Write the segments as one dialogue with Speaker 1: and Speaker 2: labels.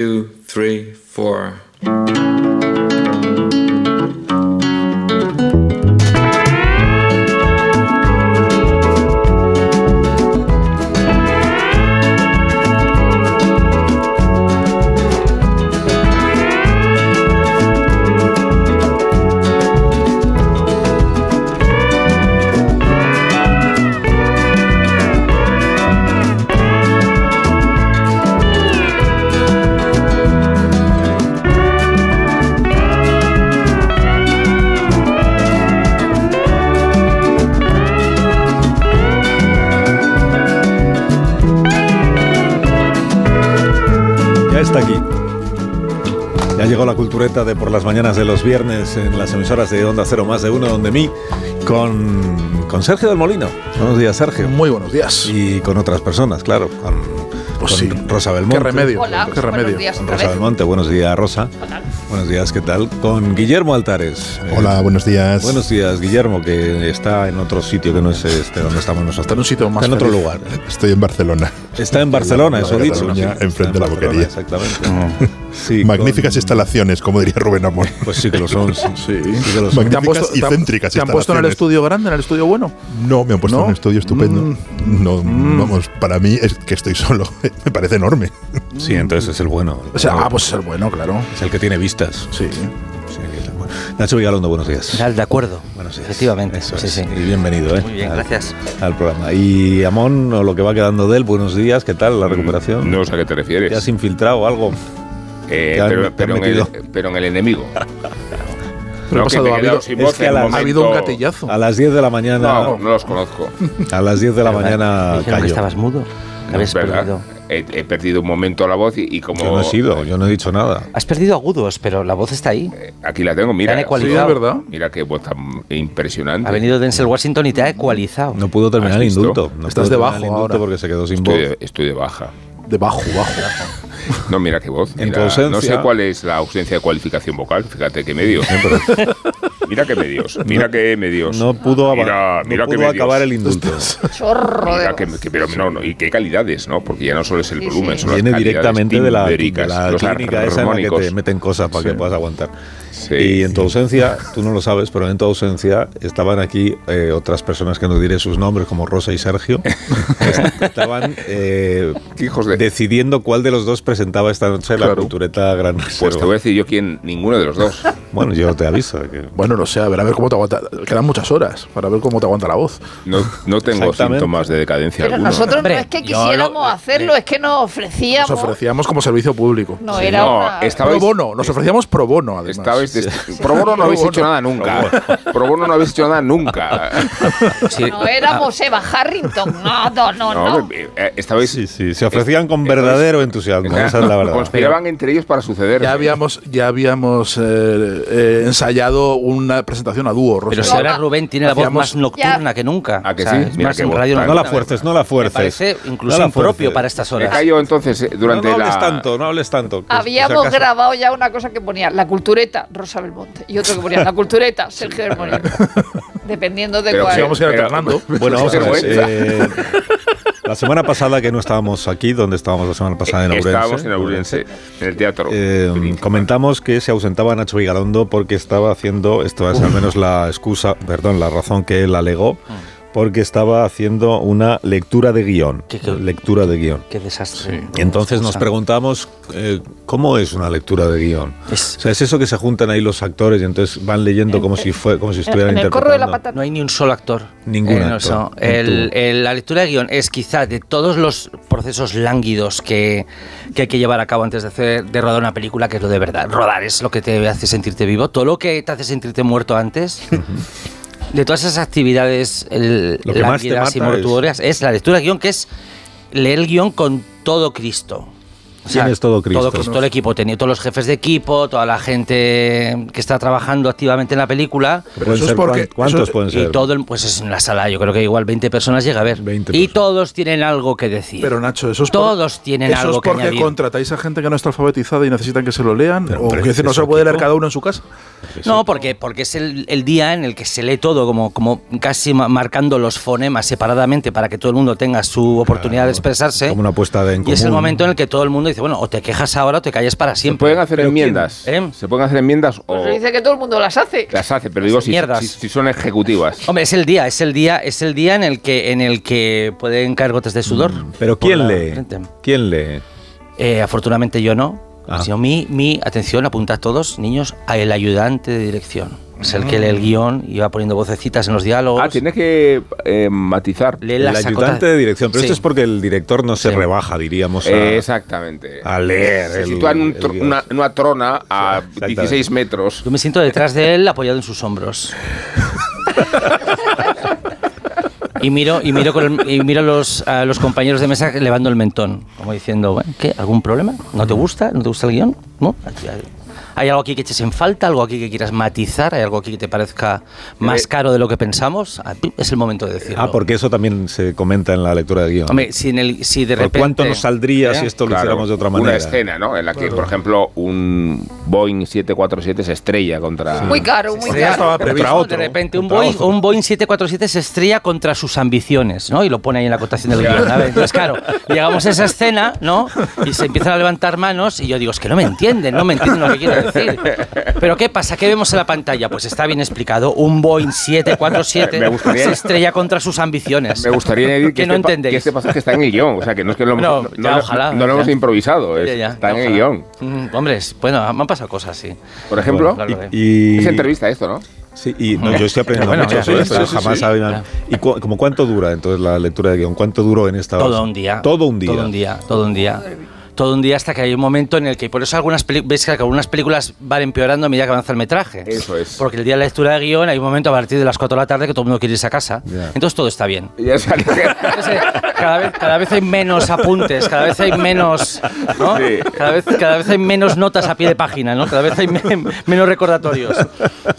Speaker 1: two, three, four.
Speaker 2: Ya está aquí. Ya llegó la cultureta de por las mañanas de los viernes en las emisoras de Onda Cero Más de Uno, donde mí, con, con Sergio del Molino. Buenos días, Sergio.
Speaker 3: Muy buenos días.
Speaker 2: Y con otras personas, claro. Con,
Speaker 3: Pues
Speaker 2: con
Speaker 3: sí.
Speaker 2: Rosa Belmonte.
Speaker 3: Qué remedio.
Speaker 4: Hola,
Speaker 3: qué
Speaker 4: buenos
Speaker 3: remedio.
Speaker 4: días
Speaker 2: Con
Speaker 4: otra
Speaker 2: Rosa
Speaker 4: vez.
Speaker 2: Belmonte. Buenos días, Rosa.
Speaker 4: Hola.
Speaker 2: Buenos días, ¿qué tal? Con Guillermo Altares. Eh,
Speaker 5: Hola, buenos días.
Speaker 2: Buenos días, Guillermo, que está en otro sitio que no es este donde estamos nosotros.
Speaker 3: Está en un sitio más
Speaker 2: Está en otro
Speaker 3: feliz.
Speaker 2: lugar.
Speaker 5: Estoy en Barcelona.
Speaker 2: Está en Barcelona,
Speaker 5: la
Speaker 2: eso he dicho.
Speaker 5: Cataluña,
Speaker 2: Sí, sí,
Speaker 5: enfrente
Speaker 2: está en
Speaker 5: de la
Speaker 2: Barcelona,
Speaker 5: boquería. Ah.
Speaker 2: Exactamente. Sí,
Speaker 5: Magníficas
Speaker 2: con-
Speaker 5: instalaciones, como diría Rubén Amor.
Speaker 2: Pues sí que lo son. Sí,
Speaker 3: Sí.
Speaker 2: sí que lo son.
Speaker 5: Magníficas
Speaker 3: ¿Te han puesto,
Speaker 5: y
Speaker 3: te han-
Speaker 5: céntricas
Speaker 3: te han puesto en el
Speaker 5: instalaciones.
Speaker 3: estudio grande, en el estudio bueno?
Speaker 5: No, me han puesto
Speaker 3: ¿No? Mm.
Speaker 5: un estudio estupendo. No, vamos, para mí es que estoy solo. Me parece enorme.
Speaker 2: Sí, entonces es el bueno.
Speaker 3: O sea, ah, pues es el bueno, claro.
Speaker 2: Es el que tiene vistas.
Speaker 3: Sí.
Speaker 2: Sí, es el bueno. Nacho Vigalondo, buenos días.
Speaker 6: Tal, Ah, de acuerdo.
Speaker 2: Buenos días.
Speaker 6: Efectivamente.
Speaker 2: Eso
Speaker 6: sí,
Speaker 2: es.
Speaker 6: sí.
Speaker 2: Y bienvenido, ¿eh?
Speaker 6: Muy bien,
Speaker 2: al-
Speaker 6: gracias.
Speaker 2: Al programa. Y Amón, o lo que va quedando de él, buenos días, ¿qué tal la recuperación?
Speaker 7: Mm, No sé a qué te refieres.
Speaker 2: ¿Te has infiltrado algo?
Speaker 7: Eh,
Speaker 2: te han-
Speaker 7: pero,
Speaker 2: te han
Speaker 7: pero en
Speaker 2: metido.
Speaker 7: el, pero en el enemigo.
Speaker 3: Pero ha pasado, ha habido-
Speaker 2: es que a las-
Speaker 3: Ha habido un gatillazo.
Speaker 2: A las 10 de la mañana.
Speaker 7: No, no los conozco.
Speaker 2: A las 10 de la mañana
Speaker 6: Dijeron que
Speaker 2: cayó.
Speaker 6: estabas mudo. que habías
Speaker 7: Es verdad.
Speaker 6: perdido.
Speaker 7: He, he perdido un momento la voz y, y como.
Speaker 2: Yo no he sido, yo no he dicho nada.
Speaker 6: Has perdido agudos, pero la voz está ahí.
Speaker 7: Eh, Aquí la tengo,
Speaker 6: Te
Speaker 7: mira.
Speaker 6: han
Speaker 3: Sí,
Speaker 6: ecualizado.
Speaker 3: es verdad.
Speaker 7: Mira qué voz tan impresionante. Mm.
Speaker 6: Ha venido Denzel Washington y te ha ecualizado.
Speaker 2: No pudo terminar
Speaker 7: ¿Has
Speaker 2: el
Speaker 7: visto?
Speaker 2: indulto. No
Speaker 3: Estás
Speaker 2: pudo terminar
Speaker 3: debajo
Speaker 2: el indulto
Speaker 3: ahora.
Speaker 2: porque se quedó sin
Speaker 7: Estoy
Speaker 2: voz.
Speaker 7: de, estoy de baja.
Speaker 3: De bajo, bajo.
Speaker 7: No, mira qué voz.
Speaker 2: En
Speaker 7: mira.
Speaker 2: tu ausencia-
Speaker 7: no sé cuál es la ausencia de cualificación vocal. Fíjate qué medios. mira qué medios. Mira qué medios.
Speaker 2: No pudo, ava-
Speaker 7: Mira,
Speaker 2: no
Speaker 7: mira qué
Speaker 2: pudo
Speaker 7: medios.
Speaker 2: acabar el indulto.
Speaker 4: Chorro de
Speaker 7: Mira, que-
Speaker 4: voz.
Speaker 7: que- pero no, no, y qué calidades, ¿no? Porque ya no solo es el
Speaker 4: Sí,
Speaker 7: volumen,
Speaker 4: sí.
Speaker 7: son las
Speaker 2: Viene
Speaker 7: calidades
Speaker 2: directamente de la,
Speaker 7: timbéricas,
Speaker 2: de la
Speaker 7: los
Speaker 2: clínica esa en la que
Speaker 7: armónicos.
Speaker 2: te meten cosas para que
Speaker 7: Sí.
Speaker 2: puedas aguantar.
Speaker 7: Sí.
Speaker 2: Y en tu ausencia, tú no lo sabes, pero en tu ausencia estaban aquí eh, otras personas que no diré sus nombres, como Rosa y Sergio. estaban eh,
Speaker 7: Hijos de-
Speaker 2: decidiendo cuál de los dos presentaba esta noche la
Speaker 3: Claro.
Speaker 2: cultureta gran
Speaker 7: Pues te
Speaker 2: reserva.
Speaker 7: voy a decir yo quién, ninguno de los dos.
Speaker 2: Bueno, yo te aviso. que-
Speaker 3: Bueno, no sé, a ver, a ver cómo te aguanta. Quedan muchas horas para ver cómo te aguanta la voz.
Speaker 7: No, no tengo
Speaker 2: Exactamente.
Speaker 7: síntomas de decadencia
Speaker 4: Pero
Speaker 7: alguno. ¿eh?
Speaker 4: nosotros
Speaker 6: Hombre,
Speaker 4: no es que
Speaker 6: yo
Speaker 4: quisiéramos
Speaker 6: lo-
Speaker 4: hacerlo,
Speaker 6: eh,
Speaker 4: es que nos ofrecíamos.
Speaker 3: Nos ofrecíamos como servicio público.
Speaker 4: No
Speaker 7: Sí,
Speaker 4: era
Speaker 7: no,
Speaker 4: una.
Speaker 7: esta-
Speaker 3: Pro
Speaker 7: Estabais-
Speaker 3: bono, nos ofrecíamos pro bono, además.
Speaker 7: Estabais des- Pro bono no
Speaker 3: Pro
Speaker 7: habéis
Speaker 3: bono.
Speaker 7: hecho nada nunca. Pro bono no habéis hecho nada nunca.
Speaker 6: Sí.
Speaker 4: No éramos Eva Harrington. No, no,
Speaker 7: No,
Speaker 4: no. no.
Speaker 7: hombre, eh, estabais.
Speaker 2: Sí, sí, se ofrecían con verdadero entusiasmo, esa es la verdad.
Speaker 7: Conspiraban entre ellos para suceder.
Speaker 3: Ya habíamos, ya habíamos eh, eh, ensayado una presentación a dúo, Rosa.
Speaker 6: Pero si
Speaker 4: No,
Speaker 6: ahora
Speaker 4: va.
Speaker 6: Rubén tiene la voz
Speaker 3: Hacíamos-
Speaker 6: más nocturna que nunca.
Speaker 7: ¿A que sí?
Speaker 6: es
Speaker 7: Mira
Speaker 6: más
Speaker 7: qué
Speaker 6: en
Speaker 7: voz
Speaker 6: radio
Speaker 7: tan-
Speaker 2: No la
Speaker 6: nocturna.
Speaker 2: fuertes, no la fuertes.
Speaker 6: Me parece incluso
Speaker 2: No la
Speaker 6: impropio
Speaker 2: fuertes.
Speaker 6: para estas
Speaker 7: Me
Speaker 6: horas.
Speaker 7: callo entonces eh, durante
Speaker 2: no, no hables
Speaker 7: la.
Speaker 2: tanto, no hables tanto. que
Speaker 7: pues,
Speaker 4: Habíamos
Speaker 2: por si acaso-
Speaker 4: grabado ya una cosa que ponía la cultureta Rosa Belmonte y otro que ponía la cultureta Sergio del Molino. Dependiendo de
Speaker 7: Pero
Speaker 4: cuál.
Speaker 3: Sí, vamos a ir
Speaker 7: Pero-
Speaker 3: alternando.
Speaker 2: Bueno, vamos a ver.
Speaker 7: vergüenza.
Speaker 2: eh, la semana pasada que no estábamos aquí, donde estábamos la semana pasada en Ourense.
Speaker 7: Estábamos en Ourense, en el teatro.
Speaker 2: eh, comentamos que se ausentaba Nacho Vigalondo porque estaba haciendo, esto es al menos la excusa, perdón, la razón que él alegó,
Speaker 7: Ah.
Speaker 2: porque estaba haciendo una lectura de guión.
Speaker 6: ¿Qué- qué-
Speaker 2: Lectura de guión.
Speaker 6: Qué desastre.
Speaker 2: Y entonces nos preguntamos eh, cómo es una lectura de guión.
Speaker 6: Es-
Speaker 2: o sea, es eso que se juntan ahí los actores y entonces van leyendo como si fue, como si
Speaker 4: en,
Speaker 2: estuvieran
Speaker 4: en el corro de la
Speaker 2: interpretando.
Speaker 4: patata.
Speaker 6: No hay ni un solo actor. Eh,
Speaker 2: Ningún
Speaker 6: no,
Speaker 2: actor.
Speaker 6: no.
Speaker 2: Ni
Speaker 6: El-
Speaker 2: tú.
Speaker 6: el- la lectura de guión es quizá de todos los procesos lánguidos que, que hay que llevar a cabo antes de, hacer, de rodar una película, que es lo de verdad. Rodar es lo que te hace sentirte vivo. Todo lo que te hace sentirte muerto antes. De todas esas actividades el-
Speaker 2: Lo que más te
Speaker 6: lánguidas y
Speaker 2: mata es-
Speaker 6: mortuorias, es... la lectura de guión, que es leer el guión con todo Cristo.
Speaker 2: ¿Quién es todo Cristo?
Speaker 6: Todo Cristo, el equipo, tenía todos los jefes de equipo, toda la gente que está trabajando activamente en la película.
Speaker 2: Pueden
Speaker 3: eso es
Speaker 2: ser
Speaker 3: porque-
Speaker 2: cuan- ¿Cuántos
Speaker 3: eso es-
Speaker 2: pueden
Speaker 6: Y
Speaker 2: ser?
Speaker 6: todo, el- pues es en la sala, yo creo que igual 20 personas llega a ver.
Speaker 2: 20
Speaker 6: y
Speaker 2: personas.
Speaker 6: todos tienen algo que decir.
Speaker 3: Pero Nacho, eso es por-
Speaker 6: Todos tienen
Speaker 3: eso
Speaker 6: algo
Speaker 3: es
Speaker 6: que
Speaker 3: porque
Speaker 6: añadir.
Speaker 3: contratáis a gente que no está alfabetizada y necesitan que se lo lean
Speaker 2: Pero,
Speaker 3: o
Speaker 2: hombre,
Speaker 3: que dice, no
Speaker 2: eso
Speaker 3: se lo puede leer
Speaker 2: equipo.
Speaker 3: cada uno en su casa.
Speaker 6: No, porque, porque es el, el día en el que se lee todo, como, como casi ma- marcando los fonemas separadamente para que todo el mundo tenga su oportunidad de expresarse.
Speaker 2: Como una apuesta de en
Speaker 6: y es el
Speaker 2: común.
Speaker 6: momento en el que todo el mundo dice, bueno, o te quejas ahora o te callas para
Speaker 7: Se
Speaker 6: siempre.
Speaker 7: pueden hacer enmiendas.
Speaker 6: ¿Eh?
Speaker 7: Se pueden hacer enmiendas o
Speaker 4: Pues dice que todo el mundo las hace.
Speaker 7: las hace, pero digo si,
Speaker 6: Mierdas.
Speaker 7: si- si son ejecutivas.
Speaker 6: Hombre, es el día, es el día, es el día en el que en el que pueden caer gotas de sudor.
Speaker 7: Mm.
Speaker 2: Pero
Speaker 6: por
Speaker 2: ¿quién
Speaker 6: la
Speaker 2: lee?
Speaker 6: frente.
Speaker 2: ¿Quién lee?
Speaker 6: Eh, afortunadamente yo no.
Speaker 2: Ah.
Speaker 6: Sino mi, mi atención, apunta a todos, niños, a el ayudante de dirección. Es el que
Speaker 2: Ah.
Speaker 6: lee el guión y va poniendo vocecitas en los diálogos.
Speaker 7: Ah, tienes que eh, matizar.
Speaker 6: lee
Speaker 2: El
Speaker 6: las
Speaker 2: ayudante
Speaker 6: acotas-
Speaker 2: de dirección. Pero
Speaker 6: Sí.
Speaker 2: esto es porque el director no se
Speaker 6: Sí.
Speaker 2: rebaja, diríamos. a-
Speaker 7: Eh, exactamente.
Speaker 2: a leer
Speaker 7: Se
Speaker 2: el-
Speaker 7: sitúa en, un
Speaker 2: el
Speaker 7: tro-
Speaker 2: guión.
Speaker 7: una, en una trona a
Speaker 2: exactamente.
Speaker 7: 16 metros.
Speaker 6: Yo me siento detrás de él apoyado en sus hombros. Y miro, y miro, con el- y miro a los, a los compañeros de mesa levando el mentón, como diciendo, "Bueno, ¿qué? ¿Algún problema? ¿No
Speaker 2: Mm.
Speaker 6: te gusta? ¿No te gusta el guión? ¿No? ¿Hay algo aquí que eches en falta? ¿Algo aquí que quieras matizar? ¿Hay algo aquí que te parezca más
Speaker 7: Eh,
Speaker 6: caro de lo que pensamos? Ah, pi- Es el momento de decirlo.
Speaker 2: Ah, porque eso también se comenta en la lectura de guión.
Speaker 6: Hombre, si, en el, si de
Speaker 2: ¿Por
Speaker 6: repente... ¿eh?
Speaker 2: cuánto nos saldría si esto lo
Speaker 7: Claro,
Speaker 2: hiciéramos de otra manera?
Speaker 7: Una escena, ¿no? En la que, por ejemplo, un Boeing 747 se estrella contra.
Speaker 4: Muy caro, muy
Speaker 2: Sí, ya
Speaker 4: caro.
Speaker 2: estaba previsto.
Speaker 6: de repente un
Speaker 2: Contra
Speaker 6: Boeing,
Speaker 2: otro.
Speaker 6: un Boeing 747 se estrella contra sus ambiciones, ¿no? Y lo pone ahí en la cotación del guión. ¿sabes? Entonces, claro, llegamos a esa escena, ¿no? Y se empiezan a levantar manos y yo digo, es que no me entienden, no me entienden lo que quiero decir. Pero ¿qué pasa? ¿Qué vemos en la pantalla? Pues está bien explicado, un Boeing 747
Speaker 7: Me gustaría-
Speaker 6: se estrella contra sus ambiciones.
Speaker 7: Me gustaría añadir que,
Speaker 6: Que no
Speaker 7: este, pa-
Speaker 6: entendéis.
Speaker 7: que este pasaje está en el guión. O sea, que no es que lo,
Speaker 6: No,
Speaker 7: no,
Speaker 6: ya,
Speaker 7: no-
Speaker 6: ojalá,
Speaker 7: no lo
Speaker 6: ya.
Speaker 7: hemos improvisado. es-
Speaker 6: Ya, ya,
Speaker 7: está en
Speaker 6: ojalá.
Speaker 7: el guión.
Speaker 6: Mm, hombre, es- bueno, me han pasado cosas, sí.
Speaker 7: Por ejemplo,
Speaker 6: Bueno, claro,
Speaker 2: Y,
Speaker 7: es entrevista esto, ¿no?
Speaker 2: Sí, y no, yo estoy aprendiendo
Speaker 6: Bueno,
Speaker 2: mucho
Speaker 6: ya,
Speaker 2: sobre
Speaker 6: sí,
Speaker 2: esto,
Speaker 7: sí, sí,
Speaker 2: jamás
Speaker 7: sí.
Speaker 2: había- ¿Y cu- como cuánto dura entonces la lectura de guión? ¿Cuánto duró en esta
Speaker 6: Todo
Speaker 2: base?
Speaker 6: un día.
Speaker 2: Todo un día.
Speaker 6: Todo un día, todo un día. Todo un día hasta que hay un momento en el que, por eso algunas peli- ves que algunas películas van empeorando a medida que avanza el metraje.
Speaker 7: Eso es.
Speaker 6: Porque el día de la lectura de guión hay un momento a partir de las 4 de la tarde que todo el mundo quiere irse a casa.
Speaker 2: Ya.
Speaker 6: Entonces todo está bien.
Speaker 7: Ya sale-
Speaker 6: Entonces, eh, cada, vez, cada vez hay menos apuntes, cada vez hay menos, ¿no?
Speaker 7: Sí.
Speaker 6: cada, vez, cada vez hay menos notas a pie de página, ¿no? cada vez hay me- menos recordatorios.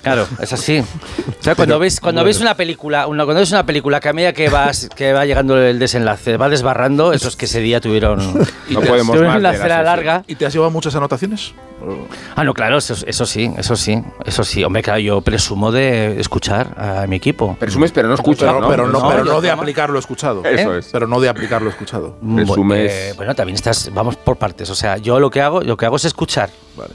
Speaker 6: Claro, es así. O sea, cuando ves, cuando ves una película, una- cuando ves una película que a medida que vas, que va llegando el desenlace, va desbarrando, esos que ese día tuvieron,
Speaker 7: No podemos
Speaker 6: tuvieron
Speaker 7: más
Speaker 6: una
Speaker 7: de la
Speaker 6: cena
Speaker 7: sesión.
Speaker 6: larga.
Speaker 3: ¿Y te has llevado muchas anotaciones?
Speaker 6: Ah, no, claro, eso, eso sí, eso sí, eso sí. Hombre, claro, yo presumo de escuchar a mi equipo.
Speaker 7: Presumes, pero no escuchas.
Speaker 3: Pero,
Speaker 7: ¿no? ¿Eh?
Speaker 3: pero no,
Speaker 6: No,
Speaker 3: pero
Speaker 6: yo ¿Eh?
Speaker 3: no de
Speaker 6: jamás.
Speaker 3: aplicar lo escuchado.
Speaker 7: Eso es.
Speaker 3: Pero no de aplicar lo escuchado.
Speaker 6: Bu-
Speaker 7: Presumes-
Speaker 6: eh, bueno, también estás, vamos por partes. O sea, yo lo que hago, lo que hago es escuchar
Speaker 3: Vale.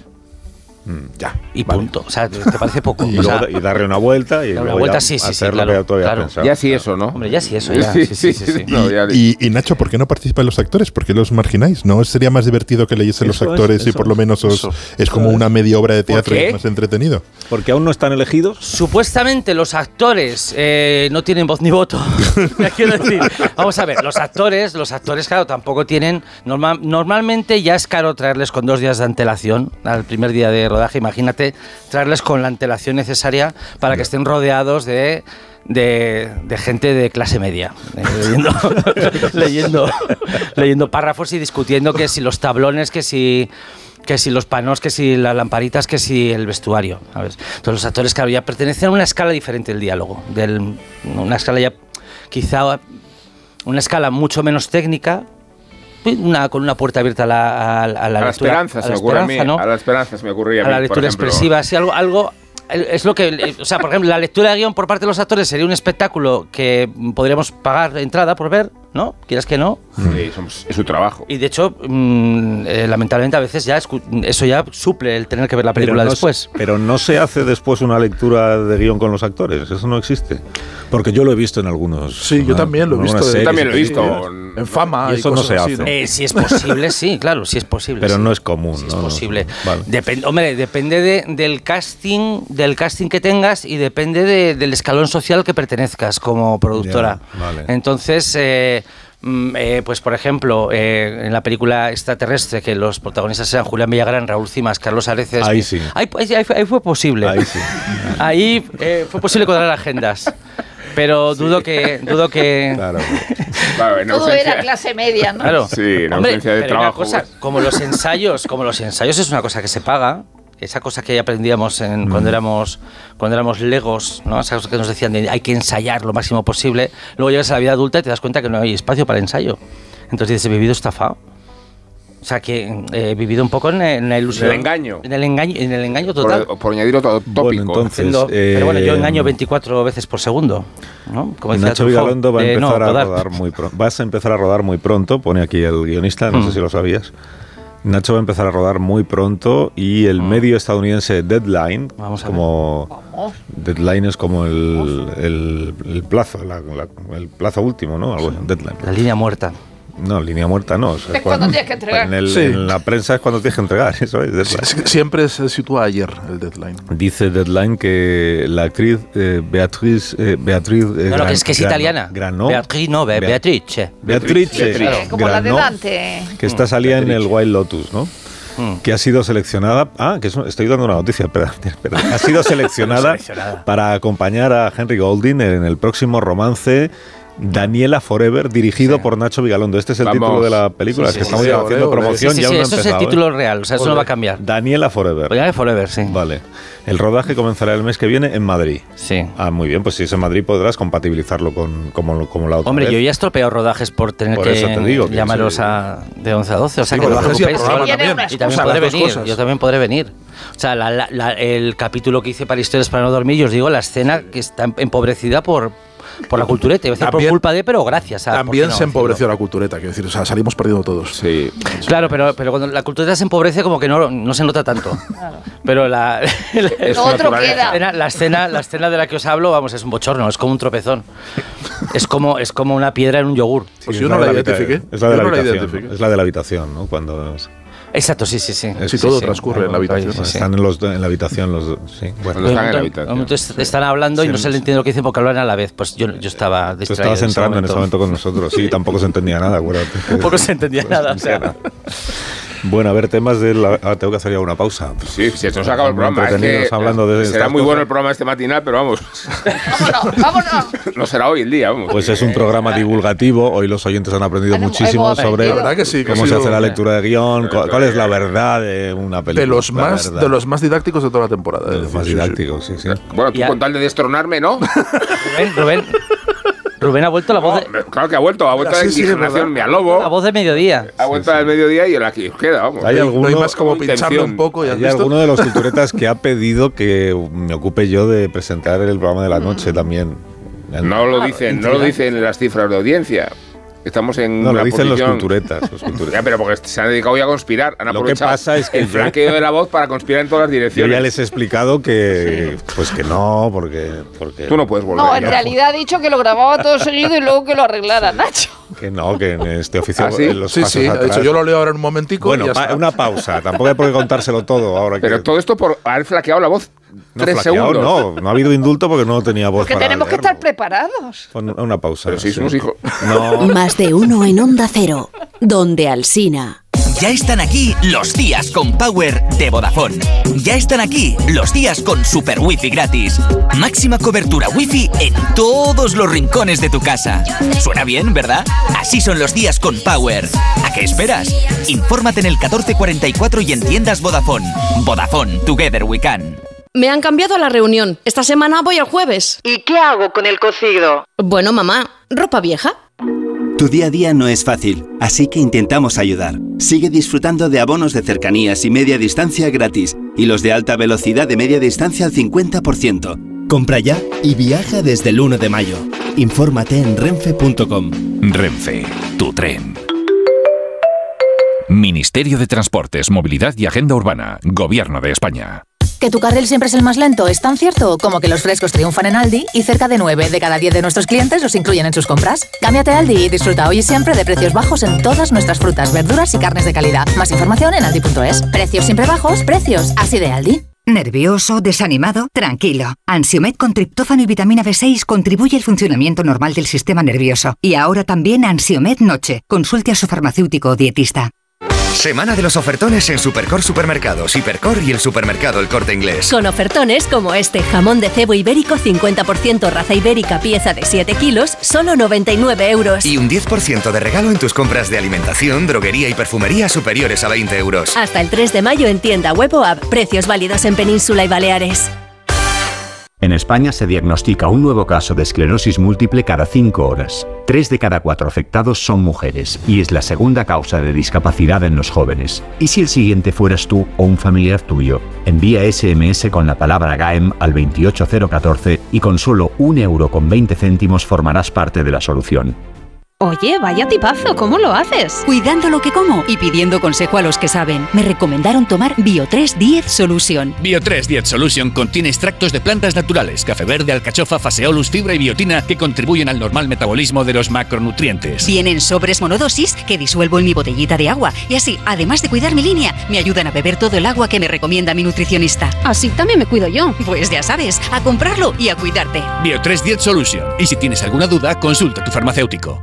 Speaker 3: Mm, Ya.
Speaker 6: y punto. O sea, ¿te te parece poco?
Speaker 2: Y,
Speaker 6: O sea,
Speaker 2: luego- y darle una vuelta y
Speaker 6: una
Speaker 2: luego
Speaker 6: vuelta,
Speaker 2: ya
Speaker 6: sí, sí, sí,
Speaker 2: hacer lo
Speaker 6: claro,
Speaker 2: que todavía
Speaker 6: claro.
Speaker 2: pensaba.
Speaker 7: Ya sí, eso, ¿no?
Speaker 6: Hombre, ya sí, eso, ya. Sí, sí, sí, sí.
Speaker 7: No, ya-
Speaker 5: Y, y, Nacho, ¿por qué no participa en los actores? ¿Por qué los margináis? ¿No sería más divertido que leyese los
Speaker 2: Eso es,
Speaker 5: actores y
Speaker 2: eso
Speaker 5: por
Speaker 2: es,
Speaker 5: lo menos os-
Speaker 3: eso.
Speaker 5: es como una media obra de teatro y
Speaker 7: qué?
Speaker 5: es más entretenido?
Speaker 2: Porque aún no están elegidos.
Speaker 6: Supuestamente los actores eh, no tienen voz ni voto. Ya Quiero decir, vamos a ver, los actores, los actores, claro, tampoco tienen. norma- normalmente ya es caro traerles con dos días de antelación al primer día de rodaje. Imagínate traerles con la antelación necesaria para que estén rodeados de. de- de gente de clase media, eh, leyendo, leyendo, leyendo párrafos y discutiendo que si los tablones, que si que si los panos, que si las lamparitas, que si el vestuario, ¿sabes? Entonces los actores, claro, ya pertenecen a una escala diferente del diálogo, del, una escala ya quizá una escala mucho menos técnica, una, con una puerta abierta a la, a, a la
Speaker 7: a la
Speaker 6: lectura-
Speaker 7: esperanza se
Speaker 6: la
Speaker 7: me ocurre a mí.
Speaker 6: esperanza, ¿no?
Speaker 7: A la esperanza se me ocurría
Speaker 6: a la
Speaker 7: mí, por
Speaker 6: lectura
Speaker 7: ejemplo.
Speaker 6: expresiva, sí, algo, algo es lo que, o sea, por ejemplo, la lectura de guión por parte de los actores sería un espectáculo que podríamos pagar entrada por ver, ¿no? Quieras que no,
Speaker 7: Sí, somos- es su trabajo.
Speaker 6: y de hecho, mm, eh, lamentablemente a veces ya escu- eso ya suple el tener que ver la película
Speaker 2: no
Speaker 6: después.
Speaker 2: se- pero no se hace después una lectura de guión con los actores. Eso no existe. Porque yo lo he visto en algunos.
Speaker 3: Sí, yo
Speaker 2: en
Speaker 3: también lo he
Speaker 2: algunas
Speaker 3: visto.
Speaker 2: series
Speaker 7: Yo también
Speaker 2: y
Speaker 7: lo he visto.
Speaker 2: películas.
Speaker 7: en-
Speaker 3: En fama.
Speaker 2: Y eso no
Speaker 3: cosas
Speaker 2: se
Speaker 3: así,
Speaker 2: hace.
Speaker 3: ¿no?
Speaker 6: Eh, si es posible, sí, claro, si es posible.
Speaker 2: Pero
Speaker 6: sí.
Speaker 2: no es común,
Speaker 6: Sí, es
Speaker 2: ¿no?
Speaker 6: posible.
Speaker 2: Vale.
Speaker 6: Depen- hombre, depende de- del casting, del casting que tengas y depende de- del escalón social que pertenezcas como productora.
Speaker 2: Ya, vale.
Speaker 6: Entonces, eh, mm, eh, pues por ejemplo, eh, en la película extraterrestre que los protagonistas eran Julián Villagrán, Raúl Cimas, Carlos Areces.
Speaker 2: Ahí
Speaker 6: que-
Speaker 2: sí.
Speaker 6: Ahí, ahí- ahí fue- ahí fue posible.
Speaker 2: Ahí sí.
Speaker 6: Ahí eh, fue posible cuadrar agendas. Pero dudo que dudo que
Speaker 2: Claro.
Speaker 7: Claro, en
Speaker 4: Todo
Speaker 7: ausencia-
Speaker 4: era clase media, ¿no?
Speaker 6: Claro.
Speaker 7: Sí, en ausencia de
Speaker 6: pero una
Speaker 7: trabajo,
Speaker 6: cosa,
Speaker 7: pues.
Speaker 6: como los ensayos, como los ensayos es una cosa que se paga. Esa cosa que aprendíamos
Speaker 7: Mm.
Speaker 6: en- cuando éramos cuando éramos legos, ¿no? Esa cosa que nos decían de hay que ensayar lo máximo posible. Luego llegas a la vida adulta y te das cuenta que no hay espacio para ensayo. Entonces dices, he vivido estafado. O sea que eh, he vivido un poco en, en la ilusión.
Speaker 7: En el engaño.
Speaker 6: Mm. En el engaño, en el engaño total.
Speaker 7: Por, por añadir otro tópico.
Speaker 2: Bueno, entonces-
Speaker 6: Haciendo-
Speaker 2: eh,
Speaker 6: pero bueno, yo engaño 24 veces por segundo. ¿no? Como decía
Speaker 2: Nacho
Speaker 6: Truffaut,
Speaker 2: Vigalondo va a
Speaker 6: de no
Speaker 2: empezar a
Speaker 6: rodar. Mm.
Speaker 2: rodar muy pronto. Vas a empezar a rodar muy pronto, pone aquí el guionista, no sé si lo sabías. Nacho va a empezar a rodar muy pronto y el medio estadounidense Deadline,
Speaker 6: Mm. Vamos a
Speaker 2: como
Speaker 4: Vamos.
Speaker 2: Deadline es como el, el- el plazo, la- la- el plazo último, ¿no? Algo, deadline.
Speaker 6: La línea muerta.
Speaker 2: No, línea muerta no. o sea,
Speaker 4: Es cuando tienes que entregar.
Speaker 2: En, el-
Speaker 3: Sí.
Speaker 2: en la prensa es cuando tienes que entregar, eso es.
Speaker 3: Sí,
Speaker 2: deadline.
Speaker 3: sí, Siempre se sitúa ayer el deadline.
Speaker 2: Dice Deadline que la actriz eh, Beatriz. eh, Beatriz eh,
Speaker 6: No, no,
Speaker 2: Gran-
Speaker 6: que es que es
Speaker 2: Grano-
Speaker 6: italiana.
Speaker 2: Granó.
Speaker 6: Beatriz, no, Be-
Speaker 2: Bea-
Speaker 6: Beatrice.
Speaker 2: Beatriz,
Speaker 7: Beatriz.
Speaker 4: Eh, como la de
Speaker 2: Granó,
Speaker 4: Dante.
Speaker 2: Que
Speaker 6: Mm,
Speaker 2: esta salía en el Wild Lotus, ¿no? Que ha sido seleccionada. Ah, que es- estoy dando una noticia, espera, espera. Ha sido seleccionada para acompañar a Henry Golding en el próximo romance Daniela Forever, dirigido por Nacho Vigalondo. Este es el
Speaker 7: Vamos.
Speaker 2: título de la película.
Speaker 3: Sí,
Speaker 2: es que
Speaker 3: sí,
Speaker 2: estamos
Speaker 3: sí,
Speaker 2: ya
Speaker 3: ole,
Speaker 2: haciendo
Speaker 3: ole.
Speaker 6: Sí,
Speaker 2: promoción,
Speaker 6: sí,
Speaker 2: ya
Speaker 6: sí,
Speaker 2: lo he
Speaker 6: eso es el
Speaker 2: empezado, ¿eh?
Speaker 6: título real, o sea, eso no va a cambiar.
Speaker 2: Daniela Forever.
Speaker 6: Voy a Forever, sí.
Speaker 2: Vale. El rodaje comenzará el mes que viene en Madrid.
Speaker 6: Sí.
Speaker 2: Ah, muy bien, pues si es en Madrid podrás compatibilizarlo con como, como la otra
Speaker 6: Hombre,
Speaker 2: vez.
Speaker 6: yo ya he estropeado rodajes por tener
Speaker 2: Por eso te digo
Speaker 6: que
Speaker 2: que
Speaker 6: llamaros
Speaker 2: sí.
Speaker 6: a de 11 a 12. O sea,
Speaker 3: Sí,
Speaker 6: que no os
Speaker 3: rodajes y el
Speaker 6: preocupéis,
Speaker 3: programa
Speaker 6: igual-
Speaker 4: también.
Speaker 6: Y también
Speaker 3: O sea,
Speaker 6: podré
Speaker 3: las dos
Speaker 6: venir,
Speaker 3: cosas.
Speaker 6: yo también podré venir. O sea, la- la- la- el capítulo que hice para Historias para no dormir, yo os digo, la escena que está empobrecida por, por la cultureta. Iba a decir por
Speaker 3: También-
Speaker 6: culpa de, pero gracias a... ¿por qué
Speaker 3: También
Speaker 6: no
Speaker 3: se
Speaker 6: decirlo?
Speaker 3: empobreció la cultureta, quiero decir, o sea, salimos perdiendo todos.
Speaker 7: Sí.
Speaker 6: Claro, pero, pero cuando la cultureta se empobrece como que no, no se nota tanto. Pero la, la-
Speaker 4: Lo otro
Speaker 6: la,
Speaker 4: queda.
Speaker 6: escena, la, escena, la escena de la que os hablo, vamos, es un bochorno, es como un tropezón. Es como, es como una piedra en un yogur.
Speaker 2: Sí,
Speaker 3: Pues
Speaker 2: es
Speaker 3: yo no
Speaker 2: de
Speaker 3: la
Speaker 2: habita-
Speaker 3: identifiqué.
Speaker 2: Es la
Speaker 3: Yo
Speaker 2: de la
Speaker 3: no la
Speaker 2: habitación.
Speaker 3: identifiqué.
Speaker 2: ¿no? Es la de la habitación, ¿no? Cuando
Speaker 6: Exacto, sí, sí, sí.
Speaker 2: Sí,
Speaker 3: todo transcurre en la habitación. Pues
Speaker 6: Sí, Pues, sí.
Speaker 2: están en, los, en la habitación los dos, sí. Bueno,
Speaker 7: Cuando están en la
Speaker 6: Momento-
Speaker 7: habitación.
Speaker 6: momento est- Están hablando y no se le entiende lo que dicen porque hablan a la vez. Pues yo, yo estaba
Speaker 2: tú
Speaker 6: distraído.
Speaker 2: estabas entrando en ese momento Pues con nosotros, sí, tampoco se entendía nada, acuérdate.
Speaker 6: Tampoco se entendía nada. o sea.
Speaker 2: Bueno, a ver, temas de la... ah, tengo que hacer ya una pausa.
Speaker 7: Sí, se nos acaba el
Speaker 2: Muy
Speaker 7: programa. Es
Speaker 2: entretenidos
Speaker 7: que
Speaker 2: hablando de
Speaker 7: será
Speaker 2: estas
Speaker 7: muy
Speaker 2: cosas.
Speaker 7: bueno el programa este matinal, pero vamos,
Speaker 4: Vámonos, vámonos.
Speaker 7: no será hoy el día, vamos.
Speaker 2: Pues es un programa divulgativo, hoy los oyentes han aprendido
Speaker 4: Han-
Speaker 2: muchísimo
Speaker 4: hemos
Speaker 2: sobre
Speaker 4: aprendido. La
Speaker 3: verdad que sí, que
Speaker 2: cómo
Speaker 3: ha
Speaker 2: se
Speaker 3: sido-
Speaker 2: hace la lectura de guión, cu- cuál es la verdad de una película.
Speaker 3: De los,
Speaker 2: la
Speaker 3: más,
Speaker 2: verdad.
Speaker 3: de los más didácticos de toda la temporada.
Speaker 2: De
Speaker 3: es
Speaker 2: los
Speaker 3: decir,
Speaker 2: más
Speaker 3: sí, sí.
Speaker 2: didácticos, sí, sí.
Speaker 7: Bueno, tú
Speaker 6: Ya.
Speaker 7: con tal de destronarme, ¿no?
Speaker 6: Rubén, Rubén, Rubén ha vuelto la voz, de,
Speaker 7: No, claro que ha vuelto, ha vuelto de
Speaker 3: Sí, sí, es
Speaker 7: indignación, me
Speaker 6: la
Speaker 7: alobo.
Speaker 6: voz de mediodía.
Speaker 7: Ha vuelto al mediodía y el aquí os queda, vamos.
Speaker 2: Hay
Speaker 3: No
Speaker 2: alguno-
Speaker 3: hay más como
Speaker 7: alguna
Speaker 3: pincharle
Speaker 7: intención.
Speaker 3: un poco y has
Speaker 2: Hay
Speaker 3: visto.
Speaker 2: alguno de los culturetas que ha pedido que me ocupe yo de presentar el programa
Speaker 4: Mm.
Speaker 2: de la noche también.
Speaker 7: No lo dicen, no lo dicen las cifras de audiencia. Estamos en
Speaker 2: No, lo
Speaker 7: una
Speaker 2: dicen los
Speaker 7: posición-
Speaker 2: culturetas. los culturetas.
Speaker 7: Ya, pero porque se han dedicado ya a conspirar. Han
Speaker 2: Lo que
Speaker 7: aprovechado
Speaker 2: pasa es que
Speaker 7: el
Speaker 2: yo-
Speaker 7: flanqueo de la voz para conspirar en todas las
Speaker 2: Yo
Speaker 7: direcciones.
Speaker 2: ya les he explicado que, pues que no, porque, porque
Speaker 7: Tú no puedes volver.
Speaker 4: No, en
Speaker 7: ya.
Speaker 4: realidad ha dicho que lo grababa todo seguido y luego que lo arreglara Nacho.
Speaker 2: que no, que en este oficio
Speaker 7: ¿Ah, sí?
Speaker 2: en los
Speaker 3: Sí,
Speaker 2: pasos
Speaker 3: sí, ha
Speaker 2: atrás.
Speaker 3: dicho, yo lo leo ahora en un momentico. y
Speaker 2: bueno,
Speaker 3: ya
Speaker 2: pa-
Speaker 3: está.
Speaker 2: una pausa. Tampoco hay por qué contárselo todo ahora.
Speaker 7: Pero
Speaker 2: que,
Speaker 7: todo esto por haber flaqueado la voz
Speaker 2: no,
Speaker 7: tres
Speaker 2: flaqueado,
Speaker 7: segundos.
Speaker 2: No, no ha habido indulto porque no tenía voz
Speaker 4: Porque
Speaker 2: para
Speaker 4: tenemos que estar
Speaker 2: leerlo.
Speaker 4: preparados.
Speaker 2: Pon una pausa.
Speaker 7: Pero si somos hijos.
Speaker 2: No,
Speaker 8: Más de uno en Onda Cero, donde Alsina.
Speaker 9: Ya están aquí los días con Power de Vodafone. Ya están aquí los días con Super Wifi gratis. Máxima cobertura Wifi en todos los rincones de tu casa. Suena bien, ¿verdad? Así son los días con Power. ¿A qué esperas? Infórmate en el 1444 y en tiendas Vodafone. Vodafone, Together We Can.
Speaker 10: Me han cambiado la reunión. Esta semana voy el jueves.
Speaker 11: ¿Y qué hago con el cocido?
Speaker 10: Bueno, mamá, ropa vieja.
Speaker 9: Tu día a día no es fácil, así que intentamos ayudar. Sigue disfrutando de abonos de cercanías y media distancia gratis y los de alta velocidad de media distancia al 50%. Compra ya y viaja desde el 1 de mayo. Infórmate en renfe.com.
Speaker 12: Renfe, tu tren. Ministerio de Transportes, Movilidad y Agenda Urbana, Gobierno de España.
Speaker 8: Que tu carril siempre es el más lento, ¿es tan cierto? Como que los frescos triunfan en Aldi y cerca de 9 de cada 10 de nuestros clientes los incluyen en sus compras. Cámbiate a Aldi y disfruta hoy y siempre de precios bajos en todas nuestras frutas, verduras y carnes de calidad. Más información en aldi.es. Precios siempre bajos, precios así de Aldi.
Speaker 11: ¿Nervioso? ¿Desanimado? Tranquilo. Ansiomed con triptófano y vitamina B6 contribuye al funcionamiento normal del sistema nervioso. Y ahora también Ansiomed Noche. Consulte a su farmacéutico o dietista.
Speaker 9: Semana de los ofertones en Supercor Supermercados, Hipercor y el supermercado El Corte Inglés.
Speaker 8: Con ofertones como este jamón de cebo ibérico 50% raza ibérica pieza de 7 kilos, solo 99 euros.
Speaker 9: Y un 10% de regalo en tus compras de alimentación, droguería y perfumería superiores a 20 euros.
Speaker 8: Hasta el 3 de mayo en tienda web o app. Precios válidos en Península y Baleares.
Speaker 9: En España se diagnostica un nuevo caso de esclerosis múltiple cada 5 horas. 3 de cada 4 afectados son mujeres y es la segunda causa de discapacidad en los jóvenes. ¿Y si el siguiente fueras tú o un familiar tuyo? Envía SMS con la palabra GAEM al 28014 y con solo 1,20 euro formarás parte de la solución.
Speaker 13: Oye, vaya tipazo, ¿cómo lo haces?
Speaker 14: Cuidando lo que como y pidiendo consejo a los que saben. Me recomendaron tomar Bio 310 Solution.
Speaker 15: Bio 3 Diet Solution contiene extractos de plantas naturales, café verde, alcachofa, faseolus, fibra y biotina que contribuyen al normal metabolismo de los macronutrientes.
Speaker 14: Vienen sobres monodosis que disuelvo en mi botellita de agua y así, además de cuidar mi línea, me ayudan a beber todo el agua que me recomienda mi nutricionista.
Speaker 13: Así también me cuido yo.
Speaker 14: Pues ya sabes, a comprarlo y a cuidarte.
Speaker 15: Bio 3 Diet Solution. Y si tienes alguna duda, consulta a tu farmacéutico.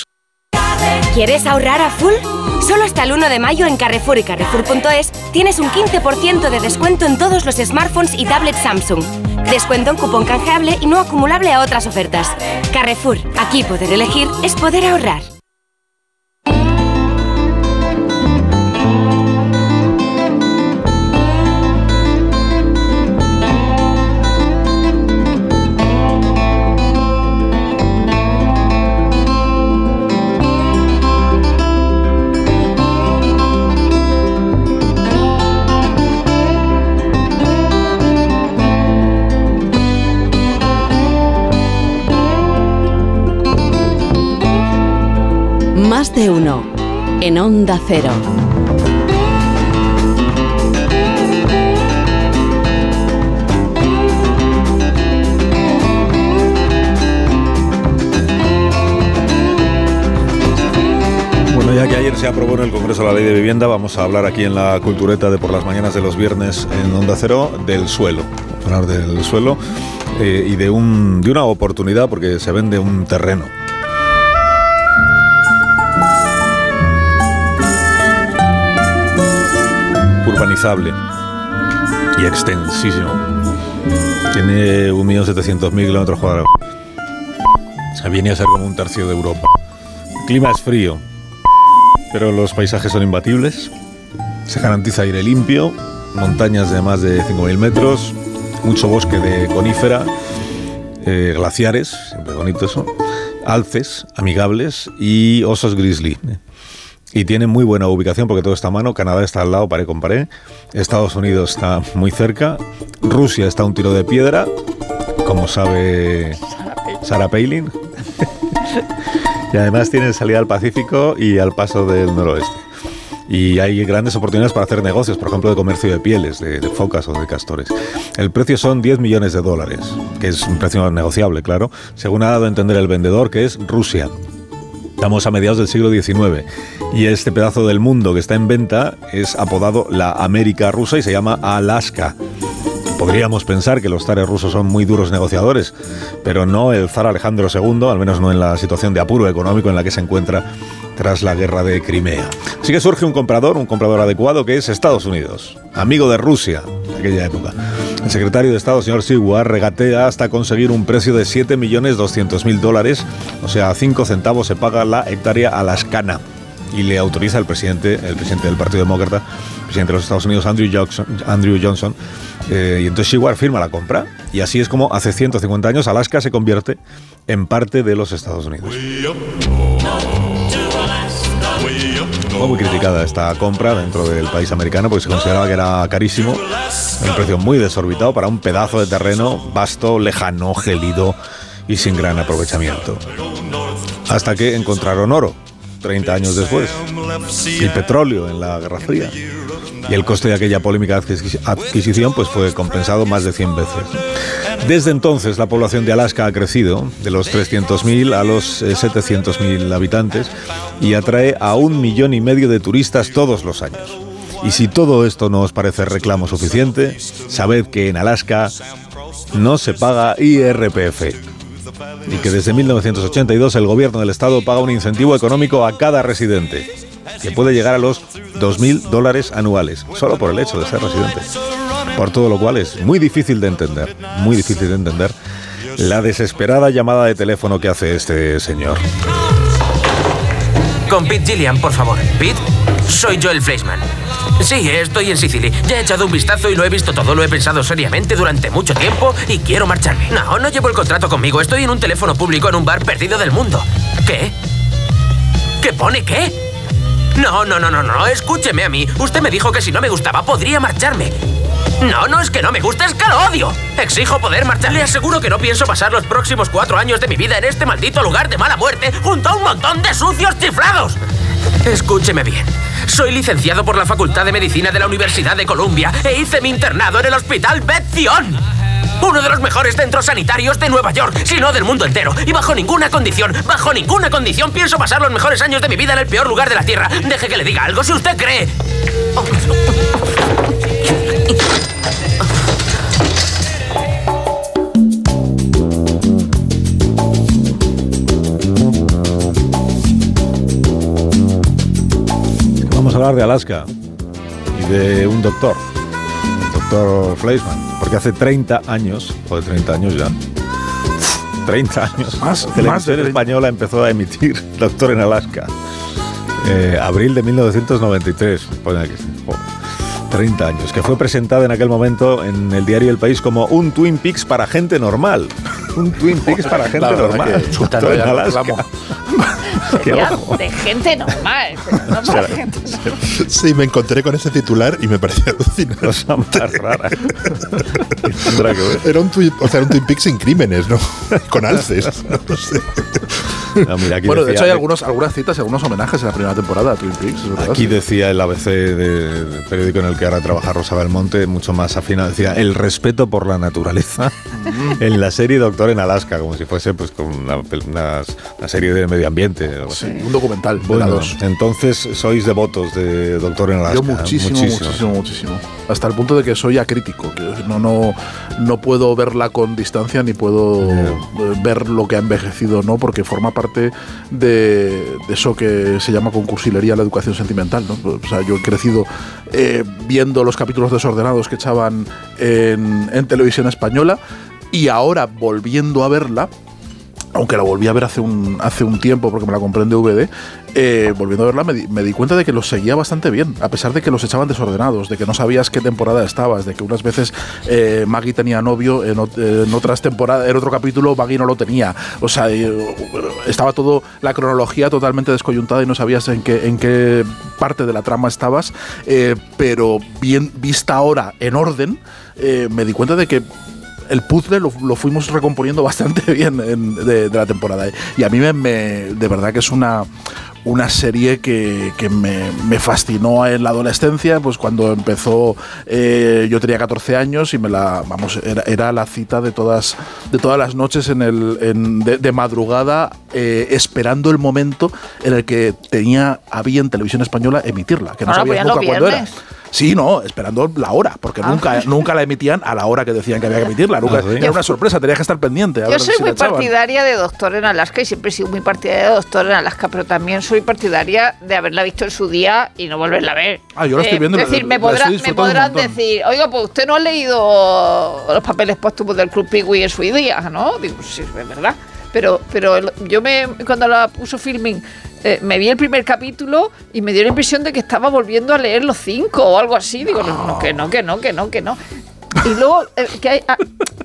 Speaker 16: ¿Quieres ahorrar a full? Solo hasta el 1 de mayo en Carrefour y Carrefour.es tienes un 15% de descuento en todos los smartphones y tablets Samsung. Descuento en cupón canjeable y no acumulable a otras ofertas. Carrefour, aquí poder elegir es poder ahorrar.
Speaker 17: Más de uno. En Onda Cero.
Speaker 2: Bueno, ya que ayer se aprobó en el Congreso la ley de vivienda, vamos a hablar aquí en la cultureta de por las mañanas de los viernes en Onda Cero del suelo. Vamos a hablar del suelo eh, y de, un, de una oportunidad porque se vende un terreno. urbanizable y extensísimo. Tiene 1.700.000 kilómetros cuadrados. Se viene a ser como un tercio de Europa. El clima es frío, pero los paisajes son imbatibles. Se garantiza aire limpio, montañas de más de 5.000 metros, mucho bosque de conífera, eh, glaciares, siempre bonito eso, alces amigables y osos grizzly. Y tiene muy buena ubicación porque todo está a mano. Canadá está al lado, pared con pared. Estados Unidos está muy cerca. Rusia está a un tiro de piedra, como sabe Sara Palin. y además tiene salida al Pacífico y al paso del noroeste. Y hay grandes oportunidades para hacer negocios, por ejemplo, de comercio de pieles, de, de focas o de castores. El precio son 10 millones de dólares, que es un precio negociable, claro, según ha dado a entender el vendedor, que es Rusia. Estamos a mediados del siglo XIX y este pedazo del mundo que está en venta es apodado la América rusa y se llama Alaska. Podríamos pensar que los zares rusos son muy duros negociadores, pero no el zar Alejandro II, al menos no en la situación de apuro económico en la que se encuentra tras la guerra de Crimea. Así que surge un comprador, un comprador adecuado que es Estados Unidos, amigo de Rusia de aquella época. El secretario de Estado, señor Sigua, regatea hasta conseguir un precio de 7.200.000 dólares, o sea, 5 centavos se paga la hectárea alascana y le autoriza el presidente, el presidente del Partido Demócrata, el presidente de los Estados Unidos, Andrew Johnson. Andrew Johnson eh, y entonces Sheward firma la compra y así es como hace 150 años Alaska se convierte en parte de los Estados Unidos. Fue muy criticada esta compra dentro del país americano porque se consideraba que era carísimo, un precio muy desorbitado para un pedazo de terreno vasto, lejano, gelido y sin gran aprovechamiento. Hasta que encontraron oro. 30 años después. Y petróleo en la Guerra Fría. Y el coste de aquella polémica adquisición pues fue compensado más de 100 veces. Desde entonces la población de Alaska ha crecido de los 300.000 a los eh, 700.000 habitantes y atrae a un millón y medio de turistas todos los años. Y si todo esto no os parece reclamo suficiente, sabed que en Alaska no se paga IRPF y que desde 1982 el gobierno del estado paga un incentivo económico a cada residente, que puede llegar a los 2.000 dólares anuales, solo por el hecho de ser residente. Por todo lo cual es muy difícil de entender, muy difícil de entender la desesperada llamada de teléfono que hace este señor.
Speaker 18: Con Pete Gillian, por favor. Pete, soy yo el Fleischman. Sí, estoy en Sicily. Ya he echado un vistazo y lo he visto todo. Lo he pensado seriamente durante mucho tiempo y quiero marcharme. No, no llevo el contrato conmigo. Estoy en un teléfono público en un bar perdido del mundo. ¿Qué? ¿Qué pone qué? No, no, no, no, no. Escúcheme a mí. Usted me dijo que si no me gustaba podría marcharme. No, no es que no me guste, es que lo odio. Exijo poder marchar. Le aseguro que no pienso pasar los próximos cuatro años de mi vida en este maldito lugar de mala muerte junto a un montón de sucios chiflados. Escúcheme bien. Soy licenciado por la Facultad de Medicina de la Universidad de Columbia e hice mi internado en el Hospital Betzion. Uno de los mejores centros sanitarios de Nueva York, si no del mundo entero. Y bajo ninguna condición, bajo ninguna condición, pienso pasar los mejores años de mi vida en el peor lugar de la Tierra. Deje que le diga algo si usted cree.
Speaker 2: Vamos a hablar de Alaska y de un doctor, el doctor Fleischman, porque hace 30 años, o de 30 años ya, 30 años,
Speaker 3: Más-
Speaker 2: la televisión
Speaker 3: más de 30.
Speaker 2: española empezó a emitir Doctor en Alaska. Eh, abril de 1993, pone aquí, joder, 30 años, que fue presentada en aquel momento en el diario El País como un Twin Peaks para gente normal. Un Twin Peaks para gente
Speaker 3: La verdad
Speaker 2: normal.
Speaker 3: que-
Speaker 2: Doctor en
Speaker 3: Vaya
Speaker 2: Alaska.
Speaker 3: reclamo.
Speaker 2: Qué
Speaker 4: Ya,
Speaker 2: ojo.
Speaker 4: de gente normal, pero no para
Speaker 5: Será-
Speaker 4: gente.
Speaker 5: Sí, me encontré con ese titular y me pareció alucinante.
Speaker 2: Cosa más rara. ¿eh? Tendrá que ver.
Speaker 5: Era un, Twin- o sea, un Twin Peaks sin crímenes, ¿no? Con alces. No lo sé.
Speaker 2: Ah, mira, aquí
Speaker 5: Bueno,
Speaker 3: Bueno, de
Speaker 2: decía-
Speaker 3: hecho hay algunos, algunas citas, y algunos homenajes en la primera temporada a Twin Peaks. es verdad,
Speaker 2: Aquí
Speaker 3: sí.
Speaker 2: decía el ABC de- del periódico en el que ahora trabaja Rosa Belmonte, mucho más afina, decía el respeto por la naturaleza en la serie Doctor en Alaska, como si fuese pues con una, pel- unas- una serie de medio ambiente. algo así.
Speaker 3: Un documental de la
Speaker 2: Bueno,
Speaker 3: dos.
Speaker 2: entonces sois devotos de Doctor en Alaska.
Speaker 3: Yo muchísimo, muchísimo, muchísimo, Hasta el punto de que soy acrítico. que No, no, no puedo verla con distancia ni puedo eh, ver lo que ha envejecido o no, porque forma parte de, de eso que se llama concursillería la educación sentimental. ¿no? O sea, yo he crecido eh, viendo los capítulos desordenados que echaban en, en televisión española y ahora volviendo a verla, aunque la volví a ver hace un, hace un tiempo porque me la compré en DVD, eh, volviendo a verla me di, me di cuenta de que los seguía bastante bien, a pesar de que los echaban desordenados, de que no sabías qué temporada estabas, de que unas veces eh, Maggie tenía novio, en, ot- eh, en otras temporadas, en otro capítulo Maggie no lo tenía. O sea, eh, estaba todo, la cronología totalmente descoyuntada y no sabías en qué, en qué parte de la trama estabas, eh, pero bien vista ahora en orden, eh, me di cuenta de que el puzzle lo, lo fuimos recomponiendo bastante bien en- de, de la temporada. ¿eh? Y a mí me, me- de verdad que es una, una serie que, que me, me fascinó en la adolescencia, pues cuando empezó eh, yo tenía 14 años y me la, vamos, era, era la cita de todas, de todas las noches en el, en- de, de madrugada, eh, esperando el momento en el que tenía, había en televisión española emitirla, que no
Speaker 4: Ahora
Speaker 3: sabías
Speaker 4: ponían los
Speaker 3: nunca cuándo era.
Speaker 4: viernes.
Speaker 3: Sí, no, esperando la hora,
Speaker 6: Ah.
Speaker 3: porque nunca, nunca la emitían a la hora que decían que había que emitirla. Nunca,
Speaker 2: Ah, sí.
Speaker 3: Era una sorpresa, tenías que estar pendiente. a
Speaker 4: Yo
Speaker 3: ver
Speaker 4: soy
Speaker 3: si la
Speaker 4: muy
Speaker 3: echaban.
Speaker 4: partidaria de Doctor en Alaska y siempre he sido muy partidaria de Doctor en Alaska, pero también soy partidaria de haberla visto en su día y no volverla a ver. Eh,
Speaker 3: Ah, yo la estoy viendo y
Speaker 4: Es
Speaker 3: la-
Speaker 4: decir, me,
Speaker 3: la estoy
Speaker 4: podrá- me
Speaker 3: disfrutando un
Speaker 4: podrán
Speaker 3: montón.
Speaker 4: decir, oiga, pues usted no ha leído los papeles póstumos del Club Pigui en su día, ¿no? Digo, sí, es verdad. Pero, pero el- yo me, cuando la puso filming, eh, me vi el primer capítulo y me dio la impresión de que estaba volviendo a leer los cinco o algo así. Digo, no, no, que no, que no, que no, que no. Y luego, eh, que hay- ah,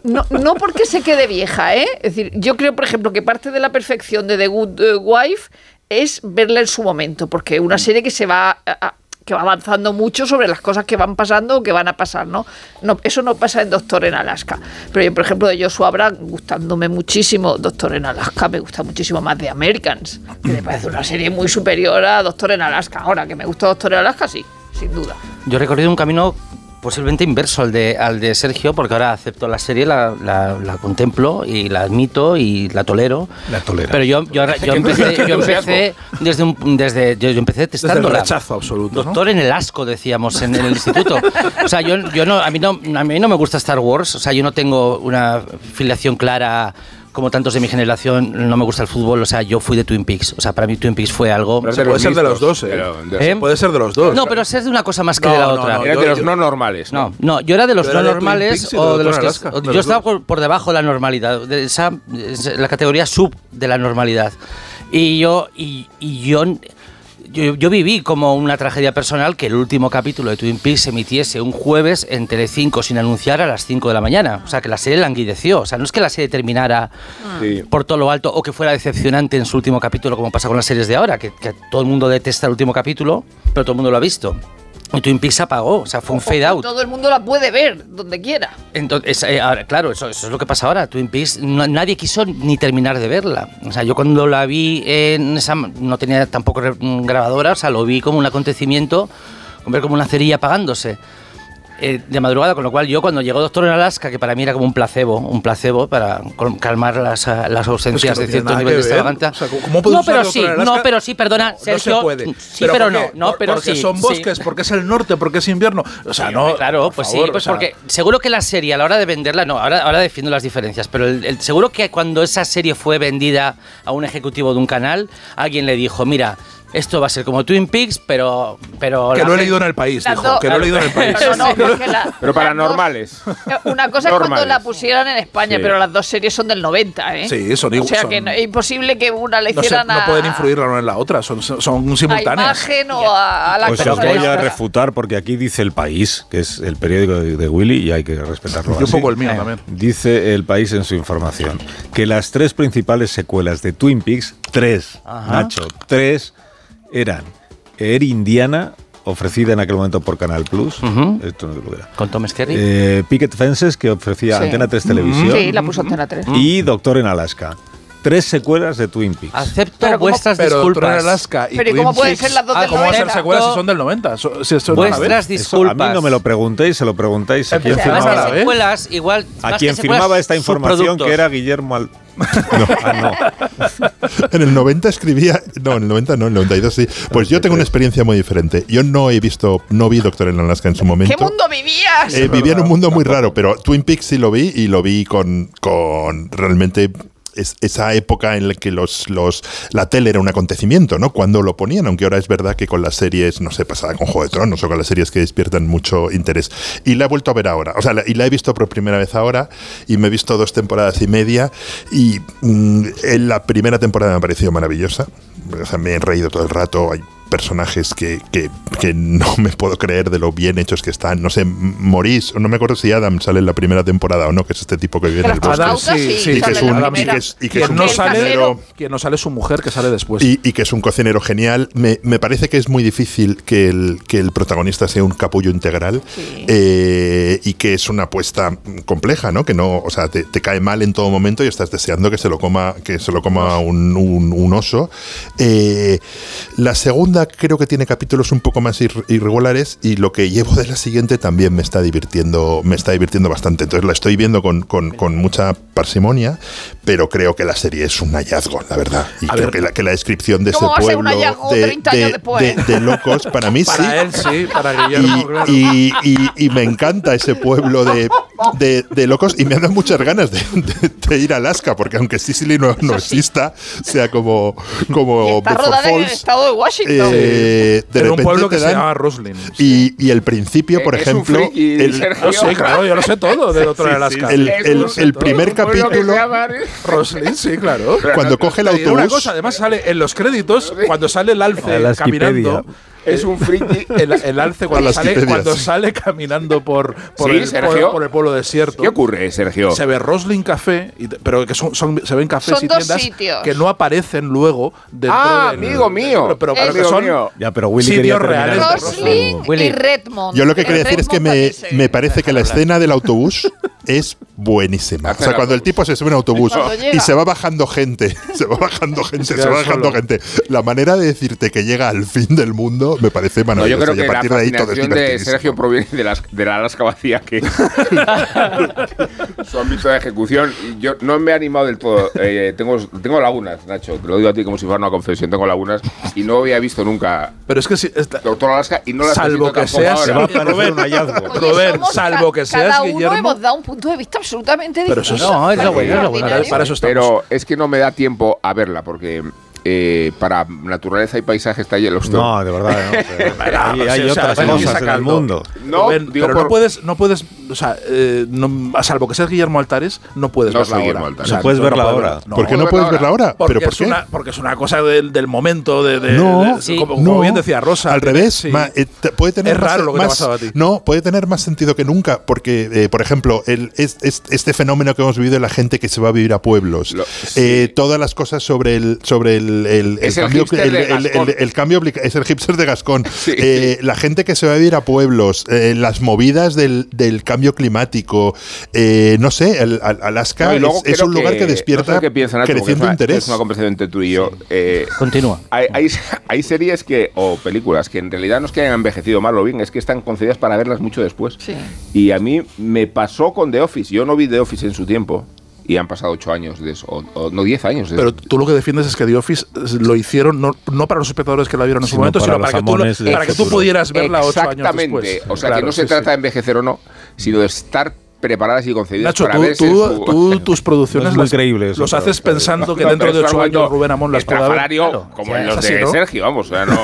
Speaker 4: no, no porque se quede vieja, ¿eh? Es decir, yo creo, por ejemplo, que parte de la perfección de The Good eh, Wife es verla en su momento, porque una serie que se va a- a- que va avanzando mucho sobre las cosas que van pasando o que van a pasar, ¿no? no eso no pasa en Doctor en Alaska. Pero yo, por ejemplo, de Joshua Brand, gustándome muchísimo Doctor en Alaska, me gusta muchísimo más de Americans, que me parece una serie muy superior a Doctor en Alaska. Ahora, que me gusta Doctor en Alaska, sí, sin duda.
Speaker 6: Yo he recorrido un camino posiblemente inverso al de, al de Sergio, porque ahora acepto la serie, la, la- la contemplo y la admito y la tolero.
Speaker 2: La tolera.
Speaker 6: Pero yo, yo, yo empecé, yo empecé desde un, desde, yo, yo empecé
Speaker 3: Desde el
Speaker 6: testando
Speaker 3: rechazo absoluto. ¿no?
Speaker 6: Doctor en el asco, decíamos en el instituto. O sea, yo, yo no, a mí no, a mí no me gusta Star Wars. O sea, yo no tengo una filiación clara como tantos de mi generación. No me gusta el fútbol. O sea, yo fui de Twin Peaks. O sea, para mí Twin Peaks fue algo.
Speaker 3: Pero puede ser de los dos, ¿eh?
Speaker 6: ¿Eh?
Speaker 3: Puede ser de los dos.
Speaker 6: No, pero es de una cosa más que
Speaker 3: No,
Speaker 6: de la
Speaker 3: no,
Speaker 6: otra.
Speaker 3: no, Era yo- de los yo-
Speaker 7: no normales.
Speaker 6: No, no, yo era de los
Speaker 3: Yo
Speaker 6: no
Speaker 3: era de Twin
Speaker 6: normales
Speaker 3: Peaks y de
Speaker 6: o de
Speaker 3: Doctor
Speaker 6: los que.
Speaker 3: Alaska, de los
Speaker 6: yo
Speaker 3: dos.
Speaker 6: estaba por, por debajo de la normalidad, de esa, de esa- la categoría sub de la normalidad. Y yo, y, y yo yo, yo viví como una tragedia personal que el último capítulo de Twin Peaks se emitiese un jueves en Telecinco sin anunciar a las 5 de la mañana. O sea, que la serie languideció. O sea, no es que la serie terminara
Speaker 7: Sí.
Speaker 6: por todo lo alto o que fuera decepcionante en su último capítulo, como pasa con las series de ahora, que, que todo el mundo detesta el último capítulo, pero todo el mundo lo ha visto. Y Twin Peaks se apagó, o sea, fue un fade out.
Speaker 4: Todo el mundo la puede ver donde quiera.
Speaker 6: Entonces, eh, ahora, claro, eso, eso es lo que pasa ahora. Twin Peaks, no- nadie quiso ni terminar de verla. O sea, yo cuando la vi en esa. No tenía tampoco re- mm, grabadora, o sea, lo vi como un acontecimiento, ver como una cerilla apagándose. eh, de madrugada, con lo cual yo cuando llegó Doctor en Alaska, que para mí era como un placebo, un placebo para col- calmar las, ah, las ausencias
Speaker 3: no
Speaker 6: de
Speaker 3: tiene
Speaker 6: ciertos
Speaker 3: nada
Speaker 6: niveles de
Speaker 3: que ver.
Speaker 6: extravaganza.
Speaker 3: O sea, ¿cómo puedes
Speaker 6: no,
Speaker 3: usar
Speaker 6: pero
Speaker 3: Doctor
Speaker 6: sí,
Speaker 3: en Alaska?
Speaker 6: no, pero sí, perdona, Sergio.
Speaker 3: no se puede.
Speaker 6: Sí, pero,
Speaker 3: ¿por
Speaker 6: no,
Speaker 3: qué?
Speaker 6: no,
Speaker 3: Por-
Speaker 6: pero
Speaker 3: porque
Speaker 6: sí,
Speaker 3: son
Speaker 6: sí.
Speaker 3: bosques, porque es el norte, porque es invierno. O sea, no.
Speaker 6: Claro, pues sí, pues porque seguro que la serie a la hora de venderla, no, ahora, ahora defiendo las diferencias, pero el- el- seguro que cuando esa serie fue vendida a un ejecutivo de un canal, alguien le dijo, mira, esto va a ser como Twin Peaks, pero... pero
Speaker 3: Que
Speaker 6: la
Speaker 3: lo he
Speaker 6: gente-
Speaker 3: leído en el país,
Speaker 4: Las dijo, dos- que lo he leído en el país. No, no, pero es que la-
Speaker 7: Pero paranormales.
Speaker 4: Una cosa es cuando
Speaker 7: Normales.
Speaker 4: la pusieran en España,
Speaker 7: Sí.
Speaker 4: pero las dos series son del 90, ¿eh?
Speaker 3: Sí, son
Speaker 4: O sea
Speaker 3: son-
Speaker 4: que no- es imposible que una la
Speaker 3: No, se-
Speaker 4: hicieran
Speaker 3: no
Speaker 4: a-
Speaker 3: pueden influir la una en la otra, son, son- son
Speaker 4: a,
Speaker 3: simultáneas.
Speaker 4: imagen o a, a la
Speaker 2: Pues
Speaker 4: cosa
Speaker 2: os
Speaker 4: de la
Speaker 2: voy a
Speaker 4: otra.
Speaker 2: refutar porque aquí dice El País, que es el periódico de de Willy y hay que respetarlo.
Speaker 3: Y un
Speaker 2: así.
Speaker 3: poco el mío
Speaker 2: Eh,
Speaker 3: también.
Speaker 2: Dice El País en su información que las tres principales secuelas de Twin Peaks, tres,
Speaker 6: Ajá.
Speaker 2: Nacho, tres, eran Air Indiana, ofrecida en aquel momento por Canal Plus, esto no sé lo que era.
Speaker 6: Con Tom Skerry.
Speaker 2: Eh, Picket Fences, que ofrecía
Speaker 4: Sí.
Speaker 2: Antena 3 Televisión.
Speaker 4: Sí, la puso Antena 3.
Speaker 2: Y Doctor en Alaska. Tres secuelas de Twin Peaks.
Speaker 6: Acepto
Speaker 4: Pero ¿cómo-
Speaker 6: vuestras
Speaker 3: Pero Doctor en
Speaker 6: disculpas.
Speaker 3: Alaska y
Speaker 4: Pero ¿y
Speaker 3: Twin
Speaker 4: cómo pueden
Speaker 3: Peaks,
Speaker 4: ser las dos
Speaker 3: ah,
Speaker 4: del
Speaker 3: ¿Cómo van a ser
Speaker 4: 90?
Speaker 3: secuelas si son del 90? So- Si son
Speaker 6: Vuestras
Speaker 3: a la vez.
Speaker 2: Eso a mí no me lo preguntéis, se lo preguntáis a
Speaker 6: Pero
Speaker 2: quien
Speaker 6: además
Speaker 2: firmaba,
Speaker 6: que
Speaker 2: ¿eh?
Speaker 6: secuelas, igual,
Speaker 2: A
Speaker 6: más
Speaker 2: quien
Speaker 6: que secuelas,
Speaker 2: firmaba esta información
Speaker 6: subproductos.
Speaker 2: que era Guillermo Al...
Speaker 5: En el 90 escribía. No, en el 90 no, en el 92 sí. Pues yo tengo
Speaker 2: ¿eh?
Speaker 5: una experiencia muy diferente. Yo no he visto, no vi Doctor en Alaska en su momento.
Speaker 4: ¿Qué mundo vivías?
Speaker 5: Eh, vivía en un mundo muy raro, pero Twin Peaks sí lo vi y lo vi con, con realmente es- esa época en la que los, los, la tele era un acontecimiento, ¿no? Cuando lo ponían, aunque ahora es verdad que con las series, no sé, pasada con Juego de Tronos o con las series que despiertan mucho interés. Y la he vuelto a ver ahora, o sea, la- y la he visto por primera vez ahora y me he visto dos temporadas y media y mm, en la primera temporada me ha parecido maravillosa, o sea, me he reído todo el rato, hay personajes que, que- que no me puedo creer de lo bien hechos que están. No sé, Morís, no me acuerdo si Adam sale en la primera temporada o no, que es este tipo que vive en el bosque.
Speaker 3: Adam,
Speaker 5: Y que es un- y que es- y que es
Speaker 3: Quien
Speaker 5: un
Speaker 3: no sale,
Speaker 5: cocinero-
Speaker 3: quien no sale es su mujer que sale después.
Speaker 5: y, y que es un cocinero genial. Me, me parece que es muy difícil que el, que el protagonista sea un capullo integral eh, y que es una apuesta compleja, ¿no? Que no, o sea, te, te cae mal en todo momento y estás deseando que se lo coma, que se lo coma un, un- un oso. Eh, la segunda creo que tiene capítulos un poco más ir- irregulares y lo que llevo de la siguiente también me está divirtiendo, me está divirtiendo bastante. Entonces la estoy viendo con, con- con mucha parsimonia, pero creo que la serie es un hallazgo, la verdad. Y creo que la, que la descripción de ese
Speaker 4: ¿Cómo va a ser un
Speaker 5: pueblo
Speaker 4: hallazgo
Speaker 5: de,
Speaker 4: 30 años
Speaker 5: de-
Speaker 4: después?
Speaker 5: de- de locos, para mí sí.
Speaker 3: Para él sí, para Guillermo, claro.
Speaker 5: Y, y- y- y me encanta ese pueblo de, de- de locos y me han dado muchas ganas de, de- de ir a Alaska, porque aunque Sicily no, no exista, sea como, como
Speaker 4: Está
Speaker 5: Bedford
Speaker 4: rodada en el
Speaker 5: Falls,
Speaker 4: estado de
Speaker 5: eh,
Speaker 4: Washington.
Speaker 5: de
Speaker 3: en un
Speaker 5: repente
Speaker 3: pueblo que
Speaker 5: te
Speaker 3: se
Speaker 5: dan-
Speaker 3: llama Roslyn.
Speaker 5: Y, y el
Speaker 7: Eh,
Speaker 5: principio, por
Speaker 3: Eh, Es un
Speaker 5: ejemplo.
Speaker 3: friki,
Speaker 5: el,
Speaker 3: Sergio. Yo sé, Ah, claro, yo lo sé todo de Doctor Alaska.
Speaker 5: El,
Speaker 3: Es
Speaker 5: el-
Speaker 3: un-
Speaker 5: el primer capítulo.
Speaker 3: Roslyn, sí, claro.
Speaker 5: Cuando coge el
Speaker 3: Te diré Una
Speaker 5: autobús-
Speaker 3: cosa, además sale en los créditos, cuando sale el alce
Speaker 2: Alaskipedia.
Speaker 3: caminando. Es un friki. El, el alce cuando sale,
Speaker 5: Alaskipedia,
Speaker 3: cuando
Speaker 5: sí.
Speaker 3: sale caminando por, por,
Speaker 7: Sí,
Speaker 3: el,
Speaker 7: Sergio.
Speaker 3: pueblo- por el pueblo desierto.
Speaker 7: ¿Qué ocurre, Sergio?
Speaker 3: Se ve Roslyn Café, y te- pero que son, son- se ven cafés
Speaker 4: Son
Speaker 3: y
Speaker 4: dos
Speaker 3: tiendas
Speaker 4: sitios.
Speaker 3: que no aparecen luego dentro
Speaker 7: Ah,
Speaker 3: del-
Speaker 7: amigo mío.
Speaker 3: Pero, pero, pero que
Speaker 7: Amigo
Speaker 3: son
Speaker 7: mío.
Speaker 2: Ya, pero Willy
Speaker 3: sitios
Speaker 2: quería terminar
Speaker 3: reales.
Speaker 2: el
Speaker 4: Rosling y Redmond.
Speaker 5: Yo lo que quería decir es que me,
Speaker 4: Redmond
Speaker 5: me parece que la escena del autobús es buenísima. O sea, cuando el tipo se sube a un autobús
Speaker 4: Cuando llega.
Speaker 5: y se va bajando gente, se va bajando gente, se
Speaker 7: queda
Speaker 5: va bajando
Speaker 7: solo.
Speaker 5: gente. La manera de decirte que llega al fin del mundo me parece
Speaker 7: No, yo
Speaker 5: maravillosa.
Speaker 7: creo
Speaker 5: y a
Speaker 7: que la
Speaker 5: partir de ahí todo es
Speaker 7: fascinación de
Speaker 5: divertidísimo.
Speaker 7: Sergio proviene de, las, de la Alaska vacía, que es su ámbito de ejecución. Y Yo no me he animado del todo. Eh, tengo, tengo lagunas, Nacho. Te lo digo a ti como si fuera una confesión. Tengo lagunas y no había visto nunca
Speaker 3: Pero es que si, es-
Speaker 7: Doctor Alaska y no las
Speaker 3: Salvo
Speaker 7: necesito
Speaker 3: que
Speaker 7: tampoco
Speaker 3: seas-
Speaker 7: ahora.
Speaker 3: Se va a parecer
Speaker 7: Robert,
Speaker 3: un hallazgo.
Speaker 4: Oye,
Speaker 3: Robert,
Speaker 4: somos
Speaker 3: salvo
Speaker 4: ca-
Speaker 3: que seas
Speaker 4: Cada uno
Speaker 3: Guillermo.
Speaker 4: hemos dado un punto de vista absolutamente
Speaker 3: Pero eso
Speaker 4: diferente.
Speaker 3: es- No, es lo bueno, es lo bueno. Para- para eso estamos.
Speaker 7: Pero es que no me da tiempo a verla porque eh, para naturaleza y paisaje está Yellowstone.
Speaker 2: No, de verdad. no, pero- Ahí hay
Speaker 3: o sea,
Speaker 2: otras
Speaker 3: hay que
Speaker 2: cosas en el
Speaker 3: sacarlo.
Speaker 2: mundo.
Speaker 7: No,
Speaker 3: Rubén,
Speaker 7: digo
Speaker 3: pero
Speaker 7: por-
Speaker 3: no puedes, no puedes, o sea, eh, no- a salvo que seas Guillermo Altares, no puedes
Speaker 7: No
Speaker 3: verla
Speaker 7: soy
Speaker 3: ahora.
Speaker 7: Guillermo
Speaker 3: O
Speaker 7: Altares.
Speaker 3: sea,
Speaker 2: No puedes verla ahora.
Speaker 5: ¿Por qué no puedes verla ahora?
Speaker 3: Porque,
Speaker 5: ¿Pero por
Speaker 3: es
Speaker 5: qué?
Speaker 3: Una, porque es una cosa del, del momento, de, de-
Speaker 5: no,
Speaker 3: de- como, como
Speaker 5: no.
Speaker 3: bien decía Rosa.
Speaker 5: Al
Speaker 3: que-
Speaker 5: revés,
Speaker 3: sí.
Speaker 5: ma- eh, te- puede tener
Speaker 3: Es
Speaker 5: más-
Speaker 3: raro lo que te ha
Speaker 5: más,
Speaker 3: pasado a ti.
Speaker 5: No, puede tener más sentido que nunca, porque, eh, por ejemplo, el, es- es- este fenómeno que hemos vivido de la gente que se va a vivir a pueblos, Eh, todas las cosas sobre el sobre el, el-
Speaker 7: Es el
Speaker 5: cambio,
Speaker 7: hipster
Speaker 5: el-
Speaker 7: de
Speaker 5: el- el-
Speaker 7: Gascón.
Speaker 5: el cambio obliga- es el hipster de Gascón, Eh, la gente que se va a vivir a pueblos, eh, las movidas del, del cambio climático, eh, no sé, el- al- Alaska
Speaker 7: No, y luego
Speaker 5: es, es
Speaker 7: creo
Speaker 5: un lugar que,
Speaker 7: no
Speaker 5: despierta
Speaker 7: sé qué piensan, Nacho, porque
Speaker 5: creciente
Speaker 7: es una-
Speaker 5: interés.
Speaker 7: Es una conversación entre tú y yo. eh,
Speaker 6: Continúa.
Speaker 7: Hay, hay- hay series que o películas que en realidad no es que hayan envejecido mal o bien, es que están concedidas para verlas mucho después.
Speaker 4: Sí.
Speaker 7: Y a mí me pasó con The Office. Yo no vi The Office en su tiempo y han pasado ocho años de eso, o, o no diez años. De
Speaker 3: Pero tú lo que defiendes es que The Office eh, lo hicieron no, no para los espectadores que la vieron en su
Speaker 7: Sino
Speaker 3: momento,
Speaker 7: para
Speaker 3: sino
Speaker 7: los
Speaker 3: para que, tú, lo-
Speaker 7: amones del
Speaker 3: para que tú
Speaker 7: futuro.
Speaker 3: pudieras verla ocho años después.
Speaker 7: Exactamente. O sea, que
Speaker 3: Claro,
Speaker 7: no se
Speaker 3: sí, sí.
Speaker 7: trata de envejecer o no, sino de estar preparadas y concebidas
Speaker 3: Nacho,
Speaker 7: para
Speaker 3: tú,
Speaker 7: verse
Speaker 3: tú-
Speaker 7: en su-
Speaker 3: tú tus producciones
Speaker 7: No es muy
Speaker 3: las-
Speaker 7: creíble eso,
Speaker 3: los
Speaker 7: pero-
Speaker 3: haces
Speaker 7: pero-
Speaker 3: pensando que
Speaker 7: No,
Speaker 3: dentro
Speaker 7: pero
Speaker 3: de
Speaker 7: es
Speaker 3: ocho
Speaker 7: algo
Speaker 3: años Rubén Amón las pueda ver.
Speaker 7: estrafalario, como
Speaker 3: ya es
Speaker 7: en los
Speaker 3: así,
Speaker 7: de
Speaker 3: ¿no?
Speaker 7: Sergio, vamos. O sea, no.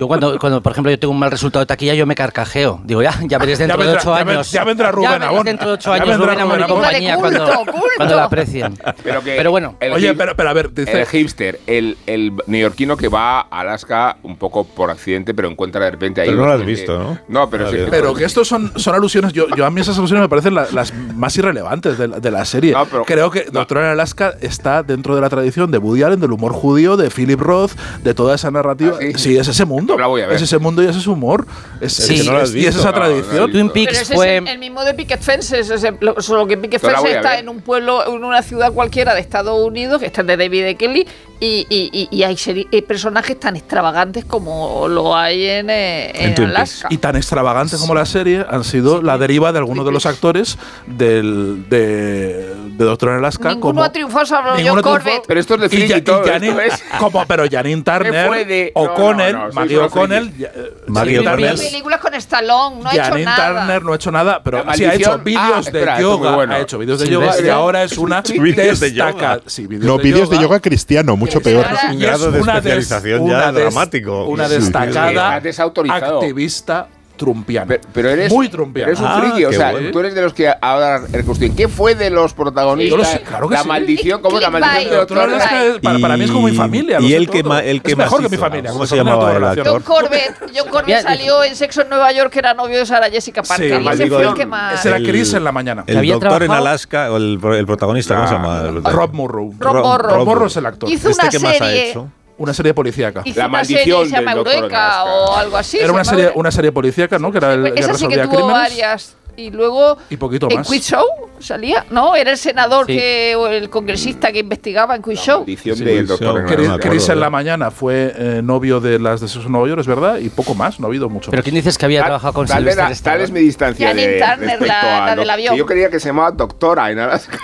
Speaker 6: Yo cuando, cuando, por ejemplo, yo tengo un mal resultado de taquilla, yo me carcajeo. Digo, ya, ya veréis dentro de
Speaker 3: vendrá-
Speaker 6: ocho
Speaker 3: ya ven-
Speaker 6: años.
Speaker 3: ya vendrá Rubén
Speaker 6: Ya veréis
Speaker 3: Amón.
Speaker 6: dentro de ocho
Speaker 3: Ya
Speaker 6: años
Speaker 3: vendrá
Speaker 6: Rubén Amón y
Speaker 3: Rubén Amón.
Speaker 6: compañía
Speaker 3: Hombre,
Speaker 6: cuando,
Speaker 3: culto, culto.
Speaker 6: cuando la aprecien.
Speaker 7: Pero, que
Speaker 6: Pero bueno.
Speaker 7: el
Speaker 3: Oye,
Speaker 7: hip-
Speaker 3: pero, pero a ver, dice,
Speaker 7: El hipster, el, el neoyorquino que va a Alaska un poco por accidente, pero encuentra de repente ahí.
Speaker 2: Pero no lo has
Speaker 7: eh,
Speaker 2: visto, ¿no?
Speaker 7: No,
Speaker 3: Ah,
Speaker 7: pero sí.
Speaker 3: Pero que estos son, son alusiones. Yo, yo a mí esas alusiones me parecen la- las más irrelevantes de la, de la serie.
Speaker 7: No, pero-
Speaker 3: Creo que Doctora en Alaska está dentro de la tradición de Woody Allen, del humor judío, de Philip Roth, de toda esa narrativa. sí? es ese mundo.
Speaker 7: Ah, voy a ver.
Speaker 3: Es ese mundo y es ese humor. Es,
Speaker 6: Sí.
Speaker 3: es-
Speaker 6: Es que no lo has
Speaker 3: es- y es
Speaker 6: visto. No,
Speaker 3: esa
Speaker 6: no lo has
Speaker 3: tradición.
Speaker 6: visto. Twin Peaks
Speaker 4: Pero ese
Speaker 6: fue-
Speaker 4: es el, el mismo de Picket Fences, ese- lo- solo que Picket
Speaker 7: No la
Speaker 4: Fences
Speaker 7: voy a
Speaker 4: está
Speaker 7: ver.
Speaker 4: en un pueblo, en una ciudad cualquiera de Estados Unidos, que está de David E. Kelly, y, y- y- y hay, seri- hay personajes tan extravagantes como lo hay en, eh, en Alaska.
Speaker 3: Y tan extravagantes como la serie han sido la deriva de algunos de los actores del, de, de Doctor en Alaska.
Speaker 4: Ninguno
Speaker 3: como,
Speaker 4: ha triunfado salvo
Speaker 3: Ninguno
Speaker 4: John
Speaker 3: triunfó.
Speaker 4: Corbett.
Speaker 7: Pero esto es de
Speaker 3: y
Speaker 7: friki
Speaker 3: Ya- y
Speaker 7: todo, esto
Speaker 3: Janine-
Speaker 7: es.
Speaker 3: como, pero Janine
Speaker 7: fue
Speaker 3: Turner,
Speaker 7: de- no, no,
Speaker 3: O'Connell,
Speaker 7: no, soy
Speaker 3: Maggie
Speaker 7: solo
Speaker 3: O'Connell,
Speaker 7: friki.
Speaker 3: ya- eh,
Speaker 2: Maggie
Speaker 3: Janine
Speaker 2: O'Connell.
Speaker 3: Turner,
Speaker 4: películas con Stallone, no ha hecho
Speaker 3: Janine
Speaker 4: nada.
Speaker 3: Turner no ha hecho nada, pero
Speaker 7: La
Speaker 3: sí ha hecho
Speaker 7: maldición.
Speaker 3: vídeos
Speaker 7: Ah,
Speaker 3: de
Speaker 7: espera, esto es
Speaker 3: yoga,
Speaker 7: muy bueno.
Speaker 3: ha hecho vídeos de
Speaker 7: Sí,
Speaker 3: yoga
Speaker 7: ¿ves?
Speaker 3: y ahora es una
Speaker 2: Vídeos de yoga.
Speaker 3: destaca. Sí, vídeos
Speaker 5: No,
Speaker 3: de
Speaker 5: vídeos de
Speaker 3: yoga.
Speaker 5: yoga cristiano, mucho peor.
Speaker 2: Es un
Speaker 3: Y es
Speaker 2: grado de
Speaker 3: una des-
Speaker 2: especialización ya
Speaker 3: una des-
Speaker 2: dramático.
Speaker 3: Una
Speaker 2: Sí.
Speaker 3: destacada
Speaker 7: Estás desautorizado.
Speaker 3: activista trumpiana.
Speaker 7: Pero, pero eres,
Speaker 3: Muy trumpiana.
Speaker 7: eres un
Speaker 3: Ah,
Speaker 7: friki, o
Speaker 3: qué
Speaker 7: sea,
Speaker 3: bueno.
Speaker 7: tú eres de los que ahora reconstruyen. ¿Qué fue de los protagonistas?
Speaker 3: Yo lo sé, claro que
Speaker 7: la
Speaker 3: sí.
Speaker 7: maldición, ¿cómo es la maldición de
Speaker 4: Clickbait.
Speaker 7: Doctor
Speaker 3: Doctor Alaska es- para, para mí es como mi
Speaker 2: Y-
Speaker 3: familia. lo
Speaker 2: y
Speaker 3: sé
Speaker 2: el que
Speaker 3: todo.
Speaker 2: ma- el que
Speaker 3: es mejor
Speaker 2: más
Speaker 3: que mi
Speaker 2: hizo.
Speaker 3: familia.
Speaker 2: ¿Cómo se
Speaker 3: Doctor
Speaker 2: llamaba
Speaker 3: Alaska,
Speaker 2: el
Speaker 3: relación.
Speaker 2: actor?
Speaker 4: John Corbett, John Corbett salió en Sexo en Nueva York, que era novio de Sarah
Speaker 3: Pues,
Speaker 4: Jessica Parker. y ese
Speaker 2: digo,
Speaker 4: fue el
Speaker 2: el-
Speaker 4: que más.
Speaker 3: Ese era Chris en la mañana.
Speaker 2: El
Speaker 6: había
Speaker 2: doctor en
Speaker 6: trabajado-
Speaker 2: Alaska, o el, el protagonista, ¿cómo se llama? El-
Speaker 3: Ah, Rob Morrow.
Speaker 4: Rob Morrow.
Speaker 3: Rob Morrow es el actor.
Speaker 4: Hizo
Speaker 2: ¿Este
Speaker 4: una
Speaker 2: qué más ha
Speaker 4: serie.
Speaker 2: hecho?
Speaker 3: Una serie policíaca.
Speaker 4: Hizo
Speaker 7: La
Speaker 4: una
Speaker 7: maldición
Speaker 4: serie que se
Speaker 7: del
Speaker 4: llama
Speaker 7: Doctor
Speaker 4: Eureka
Speaker 7: Alaska.
Speaker 4: o algo así. se
Speaker 3: Era una
Speaker 4: llamaba
Speaker 3: serie,
Speaker 4: Eureka.
Speaker 3: una serie policíaca, ¿no? Que era el que
Speaker 4: Esa sí que
Speaker 3: resolvía
Speaker 4: tuvo
Speaker 3: crímenes.
Speaker 4: varias. Y luego.
Speaker 3: Y poquito
Speaker 4: en
Speaker 3: más.
Speaker 4: Quiz Show salía, ¿no? Era el senador
Speaker 6: Sí.
Speaker 4: que, o el congresista que investigaba en Quiz
Speaker 7: La
Speaker 4: Show.
Speaker 7: maldición
Speaker 2: Sí,
Speaker 7: del
Speaker 2: sí,
Speaker 7: Doctor
Speaker 2: sí,
Speaker 7: en
Speaker 2: que-
Speaker 3: Chris,
Speaker 2: no me acuerdo,
Speaker 3: Chris en
Speaker 2: ¿verdad?
Speaker 3: la mañana fue eh, novio de las de sus Nueva York, es verdad, y poco más, no ha habido mucho.
Speaker 6: Pero
Speaker 3: más.
Speaker 6: ¿quién dices que había trabajado con
Speaker 7: tal, vez
Speaker 6: Sylvester
Speaker 7: la- tal es mi
Speaker 6: Stallone?
Speaker 7: distancia
Speaker 4: Janet
Speaker 7: de,
Speaker 4: Turner,
Speaker 7: respecto
Speaker 4: la-
Speaker 7: a
Speaker 4: la del
Speaker 7: Doc-
Speaker 4: avión.
Speaker 7: que Yo creía que se llamaba Doctora en Alaska.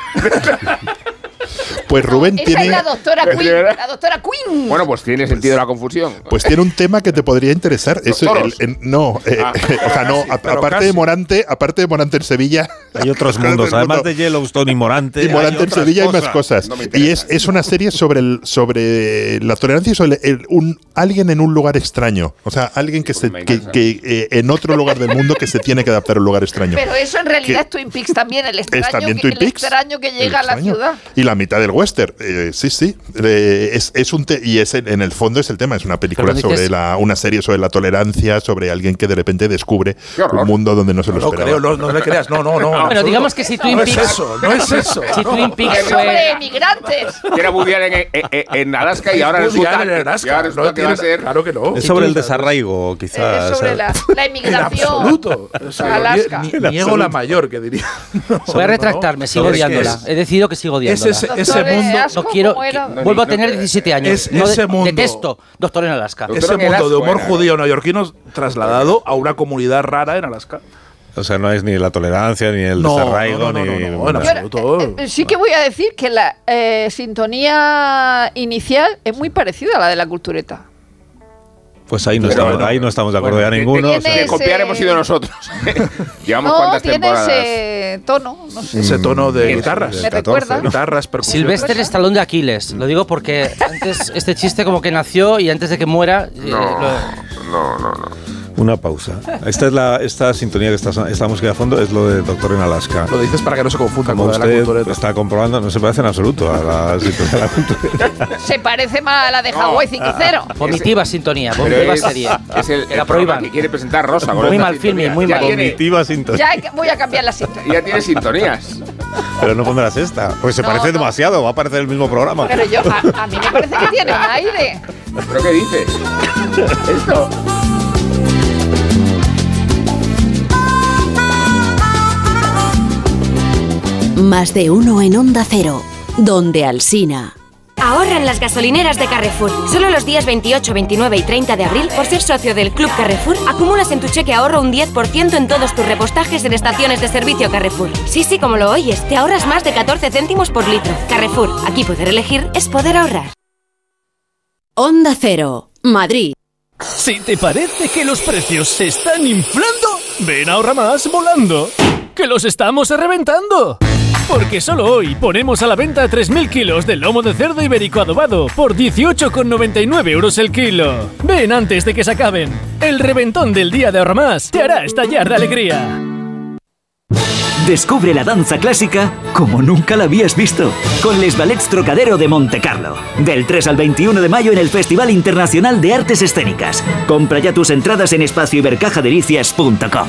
Speaker 5: Pues Rubén
Speaker 4: Esa
Speaker 5: tiene.
Speaker 4: es la doctora
Speaker 7: ¿De
Speaker 4: Queen.
Speaker 7: verdad?
Speaker 4: La doctora Queen.
Speaker 7: bueno, pues tiene sentido la confusión.
Speaker 5: Pues tiene un tema que te podría interesar.
Speaker 7: Los
Speaker 5: Eso,
Speaker 7: toros.
Speaker 5: el- el- no, eh,
Speaker 7: Ah.
Speaker 5: o sea, no.
Speaker 3: Pero
Speaker 5: a-
Speaker 3: casi, pero
Speaker 5: aparte
Speaker 3: casi.
Speaker 5: de Morante, aparte de Morante en Sevilla,
Speaker 2: Hay otros
Speaker 5: Claro,
Speaker 2: mundos,
Speaker 5: del
Speaker 2: además
Speaker 5: mundo.
Speaker 2: de Yellowstone y Morante.
Speaker 5: y Morante
Speaker 2: hay
Speaker 5: en
Speaker 2: otras
Speaker 5: Sevilla hay más cosas.
Speaker 7: No me
Speaker 5: y
Speaker 7: interesa.
Speaker 5: es, es una serie sobre el, sobre la tolerancia y sobre el- un alguien en un lugar extraño. O sea, alguien que se
Speaker 7: me
Speaker 5: que,
Speaker 7: encanta.
Speaker 5: que, eh, en otro lugar del mundo que se tiene que adaptar a un lugar extraño.
Speaker 4: Pero eso en
Speaker 5: que-
Speaker 4: realidad es Twin Peaks también, el extraño,
Speaker 5: es también
Speaker 4: que,
Speaker 5: Twin
Speaker 4: el
Speaker 5: Peaks.
Speaker 4: extraño que
Speaker 5: El
Speaker 4: llega a la
Speaker 5: extraño.
Speaker 4: ciudad.
Speaker 5: Y la mitad del western. eh, sí, sí. Eh, es, es un te- y es en, en el fondo es el tema. Es una película
Speaker 6: Pero dices-
Speaker 5: sobre la, una serie sobre la tolerancia, sobre alguien que de repente descubre
Speaker 7: Qué horror.
Speaker 5: un mundo donde no se lo
Speaker 3: No,
Speaker 5: esperaba.
Speaker 3: creo, no, no le creas, no, no, no. en
Speaker 6: Bueno,
Speaker 3: absoluto.
Speaker 6: digamos que si Twin
Speaker 3: No
Speaker 6: Peaks-
Speaker 3: es eso, no es eso.
Speaker 6: Si
Speaker 3: no.
Speaker 6: Twin Peaks
Speaker 4: Es sobre
Speaker 6: fue...
Speaker 4: emigrantes.
Speaker 7: Que Era Woody Allen en, en- en Alaska y ahora
Speaker 3: Woody
Speaker 7: resulta,
Speaker 3: Allen en Alaska,
Speaker 7: y
Speaker 3: no
Speaker 7: ahora resulta que
Speaker 3: tiene-
Speaker 7: va a ser.
Speaker 3: Claro que
Speaker 5: oh,
Speaker 3: no.
Speaker 2: Es sobre el
Speaker 3: En
Speaker 2: desarraigo, quizás.
Speaker 4: es sobre la, la emigración.
Speaker 3: absoluto. O sea,
Speaker 4: Alaska.
Speaker 3: ni-
Speaker 2: En
Speaker 3: Niego la
Speaker 2: absoluto.
Speaker 3: mayor, que diría. No,
Speaker 6: Voy a
Speaker 3: no,
Speaker 6: retractarme,
Speaker 3: no.
Speaker 6: sigo
Speaker 2: ¿Sobre qué
Speaker 6: odiándola.
Speaker 2: es?
Speaker 6: He decidido que sigo odiándola.
Speaker 3: ese-
Speaker 4: Doctor
Speaker 3: ese mundo-
Speaker 4: Asco,
Speaker 6: No quiero.
Speaker 4: ¿cómo era?
Speaker 6: que- vuelvo a
Speaker 7: No,
Speaker 6: tener
Speaker 7: no,
Speaker 6: 17 años.
Speaker 3: es-
Speaker 6: No de-
Speaker 3: ese mundo.
Speaker 6: Detesto Doctor en Alaska.
Speaker 7: Doctor
Speaker 3: Ese
Speaker 7: en el
Speaker 3: mundo de
Speaker 7: asco
Speaker 3: humor
Speaker 7: era.
Speaker 3: judío neoyorquino trasladado a una comunidad rara en Alaska.
Speaker 2: O sea, no es ni la tolerancia, ni el
Speaker 3: No,
Speaker 2: desarraigo,
Speaker 3: no, no, no,
Speaker 2: ni.
Speaker 3: no, no, en
Speaker 2: nada.
Speaker 4: Yo ahora,
Speaker 3: absoluto.
Speaker 4: eh, eh, sí que voy a decir que la eh, sintonía inicial es muy parecida a la de la cultureta.
Speaker 2: Pues ahí no,
Speaker 7: Pero
Speaker 2: estamos,
Speaker 7: bueno.
Speaker 2: ahí no estamos de acuerdo
Speaker 7: Bueno,
Speaker 2: ya
Speaker 7: de-
Speaker 2: ninguno.
Speaker 7: de-
Speaker 2: o sea,
Speaker 7: de copiar hemos sido nosotros. Llevamos
Speaker 4: No, eh,
Speaker 7: cuántas
Speaker 4: tiene
Speaker 7: temporadas.
Speaker 4: ese tono, no sé.
Speaker 3: Ese tono de
Speaker 6: Mm,
Speaker 3: guitarras.
Speaker 4: me recuerda.
Speaker 3: Guitarras, percusiones.
Speaker 6: Silvestre es talón de Aquiles. Lo digo porque antes este chiste como que nació y antes de que muera. eh,
Speaker 7: No,
Speaker 6: lo-
Speaker 7: no, no, no.
Speaker 2: Una pausa. Esta es la esta sintonía que está son- esta música de fondo es lo de Doctor en Alaska.
Speaker 3: Lo dices para que no se confunda
Speaker 2: Como
Speaker 3: con la de la
Speaker 2: usted
Speaker 3: cultureta.
Speaker 2: está comprobando, no se parece en absoluto a la sintonía de la cultureta.
Speaker 4: Se parece más a la de Hawái 5-0.
Speaker 6: vomitiva sintonía,
Speaker 7: Pero
Speaker 6: vomitiva
Speaker 7: es-
Speaker 6: serie.
Speaker 7: Es el,
Speaker 6: Que la
Speaker 7: el programa
Speaker 6: prohíban.
Speaker 7: que quiere presentar Rosa. con
Speaker 6: Muy
Speaker 7: esta
Speaker 6: mal filming,
Speaker 7: sintonía.
Speaker 6: muy
Speaker 7: Ya
Speaker 6: mal.
Speaker 7: tiene-
Speaker 2: Vomitiva sintonía.
Speaker 4: Ya hay que- voy a cambiar la sintonía.
Speaker 7: ya tiene sintonías.
Speaker 2: Pero no pondrás esta, porque se
Speaker 4: No,
Speaker 2: parece
Speaker 4: no.
Speaker 2: demasiado, va a parecer el mismo programa.
Speaker 4: Pero yo, ah. a, a mí me parece que tiene un aire.
Speaker 7: ¿Pero qué dices? Esto.
Speaker 17: Más de uno en Onda Cero, donde Alsina.
Speaker 16: Ahorran las gasolineras de Carrefour. Solo los días 28, 29 y 30 de abril, por ser socio del Club Carrefour, acumulas en tu cheque ahorro un 10% en todos tus repostajes en estaciones de servicio Carrefour. Sí, sí, como lo oyes, te ahorras más de 14 céntimos por litro. Carrefour, aquí poder elegir es poder ahorrar.
Speaker 17: Onda Cero, Madrid.
Speaker 19: Si te parece que los precios se están inflando, ven ahorra más volando. ¡Que los estamos reventando! Porque solo hoy ponemos a la venta 3.000 kilos de lomo de cerdo ibérico adobado por 18,99 euros el kilo. Ven antes de que se acaben. El reventón del día de ahorra más te hará estallar de alegría.
Speaker 20: Descubre la danza clásica como nunca la habías visto, con Les Ballets Trocadero de Monte Carlo. Del 3 al 21 de mayo en el Festival Internacional de Artes Escénicas. Compra ya tus entradas en espacioibercajadelicias.com.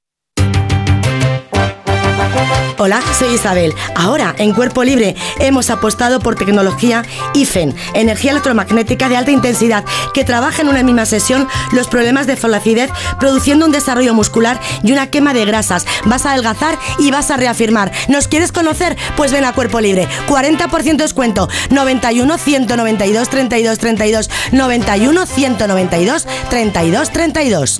Speaker 21: Hola, soy Isabel. Ahora, en Cuerpo Libre, hemos apostado por tecnología IFEN, energía electromagnética de alta intensidad, que trabaja en una misma sesión los problemas de flacidez, produciendo un desarrollo muscular y una quema de grasas. Vas a adelgazar y vas a reafirmar. ¿Nos quieres conocer? Pues ven a Cuerpo Libre. 40% descuento. 91 192 32 32. 91 192 32 32.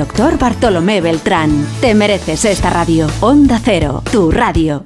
Speaker 17: doctor Bartolomé Beltrán. Te mereces esta radio. Onda Cero, tu radio.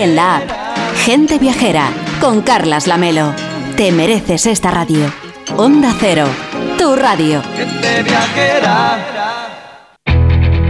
Speaker 17: en la app. Gente viajera con Carlas Lamelo. Te mereces esta radio. Onda Cero, tu radio.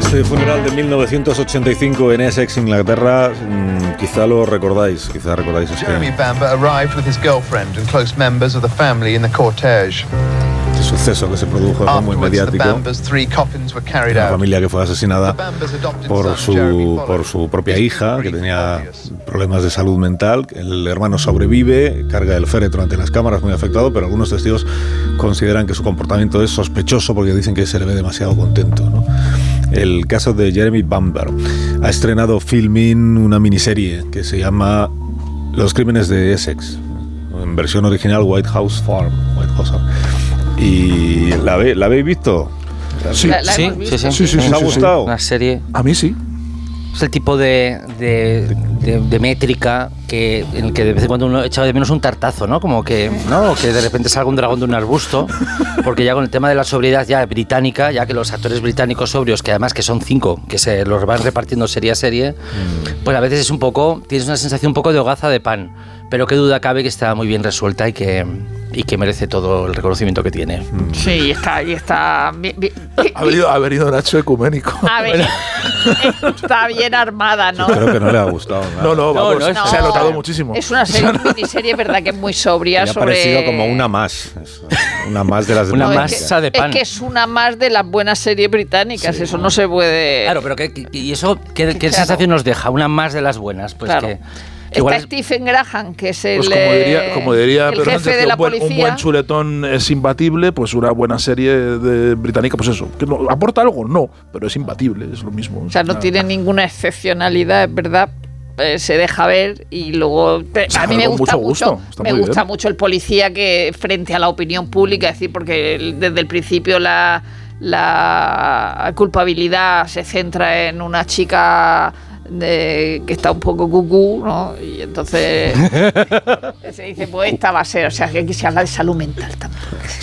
Speaker 2: Este funeral de 1985 en Essex, Inglaterra, mm, quizá lo recordáis, quizá recordáis este.
Speaker 8: Jeremy Bamber arrived with his girlfriend and close members of the family in the cortege.
Speaker 2: este suceso que se produjo, fue muy
Speaker 8: Afterwards, the
Speaker 2: mediático.
Speaker 8: Bamber's three coffins were carried
Speaker 2: Una
Speaker 8: out.
Speaker 2: familia que fue asesinada por su, por su propia hija, que tenía problemas de salud mental. El hermano sobrevive, carga el féretro ante las cámaras, muy afectado, pero algunos testigos consideran que su comportamiento es sospechoso porque dicen que se le ve demasiado contento. ¿no? El caso de Jeremy Bamber ha estrenado Filmin una miniserie que se llama Los crímenes de Essex, en versión original White House Farm. White House Farm. Y la, ve- la habéis visto.
Speaker 6: Sí, La- la sí, hemos visto. sí, sí. Sí, sí,
Speaker 2: ¿Os ha
Speaker 6: sí, sí.
Speaker 2: gustado?
Speaker 6: Una serie.
Speaker 3: A mí sí.
Speaker 6: Es el tipo de, de- de- de métrica que, en el que de vez en cuando uno echa de menos un tartazo, ¿no? Como que, ¿no? O que de repente salga un dragón de un arbusto, porque ya con el tema de la sobriedad ya británica, ya que los actores británicos sobrios, que además que son cinco, que se los van repartiendo serie a serie, pues a veces es un poco, tienes una sensación un poco de hogaza de pan, pero qué duda cabe que está muy bien resuelta y que, y que merece todo el reconocimiento que tiene.
Speaker 4: Sí, y está, y está. bi- bi- bi-
Speaker 3: Ha venido, ha venido Nacho Ecuménico.
Speaker 4: A ver, está bien armada, ¿no?
Speaker 2: Creo que no le ha gustado nada.
Speaker 3: No, no, vamos,
Speaker 4: No, no,
Speaker 3: se ha
Speaker 4: no.
Speaker 3: notado muchísimo.
Speaker 4: Es una serie, miniserie, ¿verdad? Que es muy sobria.
Speaker 2: Me ha
Speaker 4: sobre...
Speaker 2: parecido como una más. eso, Una más de las
Speaker 4: No, es que-
Speaker 2: británicas.
Speaker 4: Es que es una más de las buenas series británicas. Eso no se puede.
Speaker 6: Claro, pero ¿qué, qué- y eso qué, qué
Speaker 4: Claro.
Speaker 6: sensación nos deja? Una más de las buenas, pues
Speaker 4: Claro.
Speaker 6: que... que igual
Speaker 4: Está
Speaker 6: es-
Speaker 4: Stephen Graham, que es el,
Speaker 3: Pues como diría,
Speaker 4: eh,
Speaker 3: como diría
Speaker 4: el
Speaker 3: Pedro
Speaker 4: jefe
Speaker 3: Sánchez,
Speaker 4: de
Speaker 3: que
Speaker 4: la
Speaker 3: un, buen, un
Speaker 4: policía.
Speaker 3: buen chuletón es imbatible, pues una buena serie de británica, pues eso. Que no- ¿Aporta algo? No, pero es imbatible, es lo mismo.
Speaker 4: o sea, no tiene ninguna excepcionalidad, es verdad. Eh, se deja ver y luego te-
Speaker 3: sea,
Speaker 4: a mí me
Speaker 3: con
Speaker 4: gusta
Speaker 3: mucho gusto,
Speaker 4: mucho
Speaker 3: está
Speaker 4: me
Speaker 3: muy
Speaker 4: gusta
Speaker 3: bien.
Speaker 4: mucho el policía que frente a la opinión pública es decir porque el- desde el principio la, la culpabilidad se centra en una chica de- que está un poco cucú ¿no? y entonces se dice pues esta va a ser o sea que aquí se habla de salud mental entonces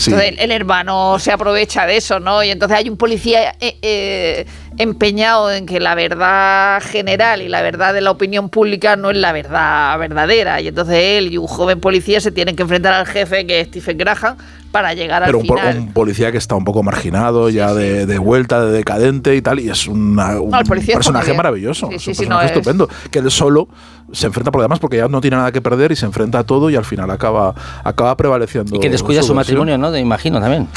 Speaker 4: el, el hermano se aprovecha de eso, ¿no? Y entonces hay un policía eh, eh, empeñado en que la verdad general y la verdad de la opinión pública no es la verdad verdadera. Y entonces él y un joven policía se tienen que enfrentar al jefe que es Stephen Graham para llegar
Speaker 3: Pero
Speaker 4: al
Speaker 3: un, po-
Speaker 4: final.
Speaker 3: un policía que está un poco marginado, ya de, de vuelta, de decadente y tal, y es una- un
Speaker 4: No, el policía está muy
Speaker 3: personaje
Speaker 4: bien.
Speaker 3: maravilloso.
Speaker 4: Sí,
Speaker 3: es
Speaker 4: sí,
Speaker 3: un
Speaker 4: sí,
Speaker 3: personaje
Speaker 4: no, es-
Speaker 3: estupendo. Que él solo se enfrenta por lo demás porque ya no tiene nada que perder y se enfrenta a todo y al final acaba, acaba prevaleciendo.
Speaker 6: Y que descuida su
Speaker 3: versión.
Speaker 6: matrimonio, ¿no? Te imagino también.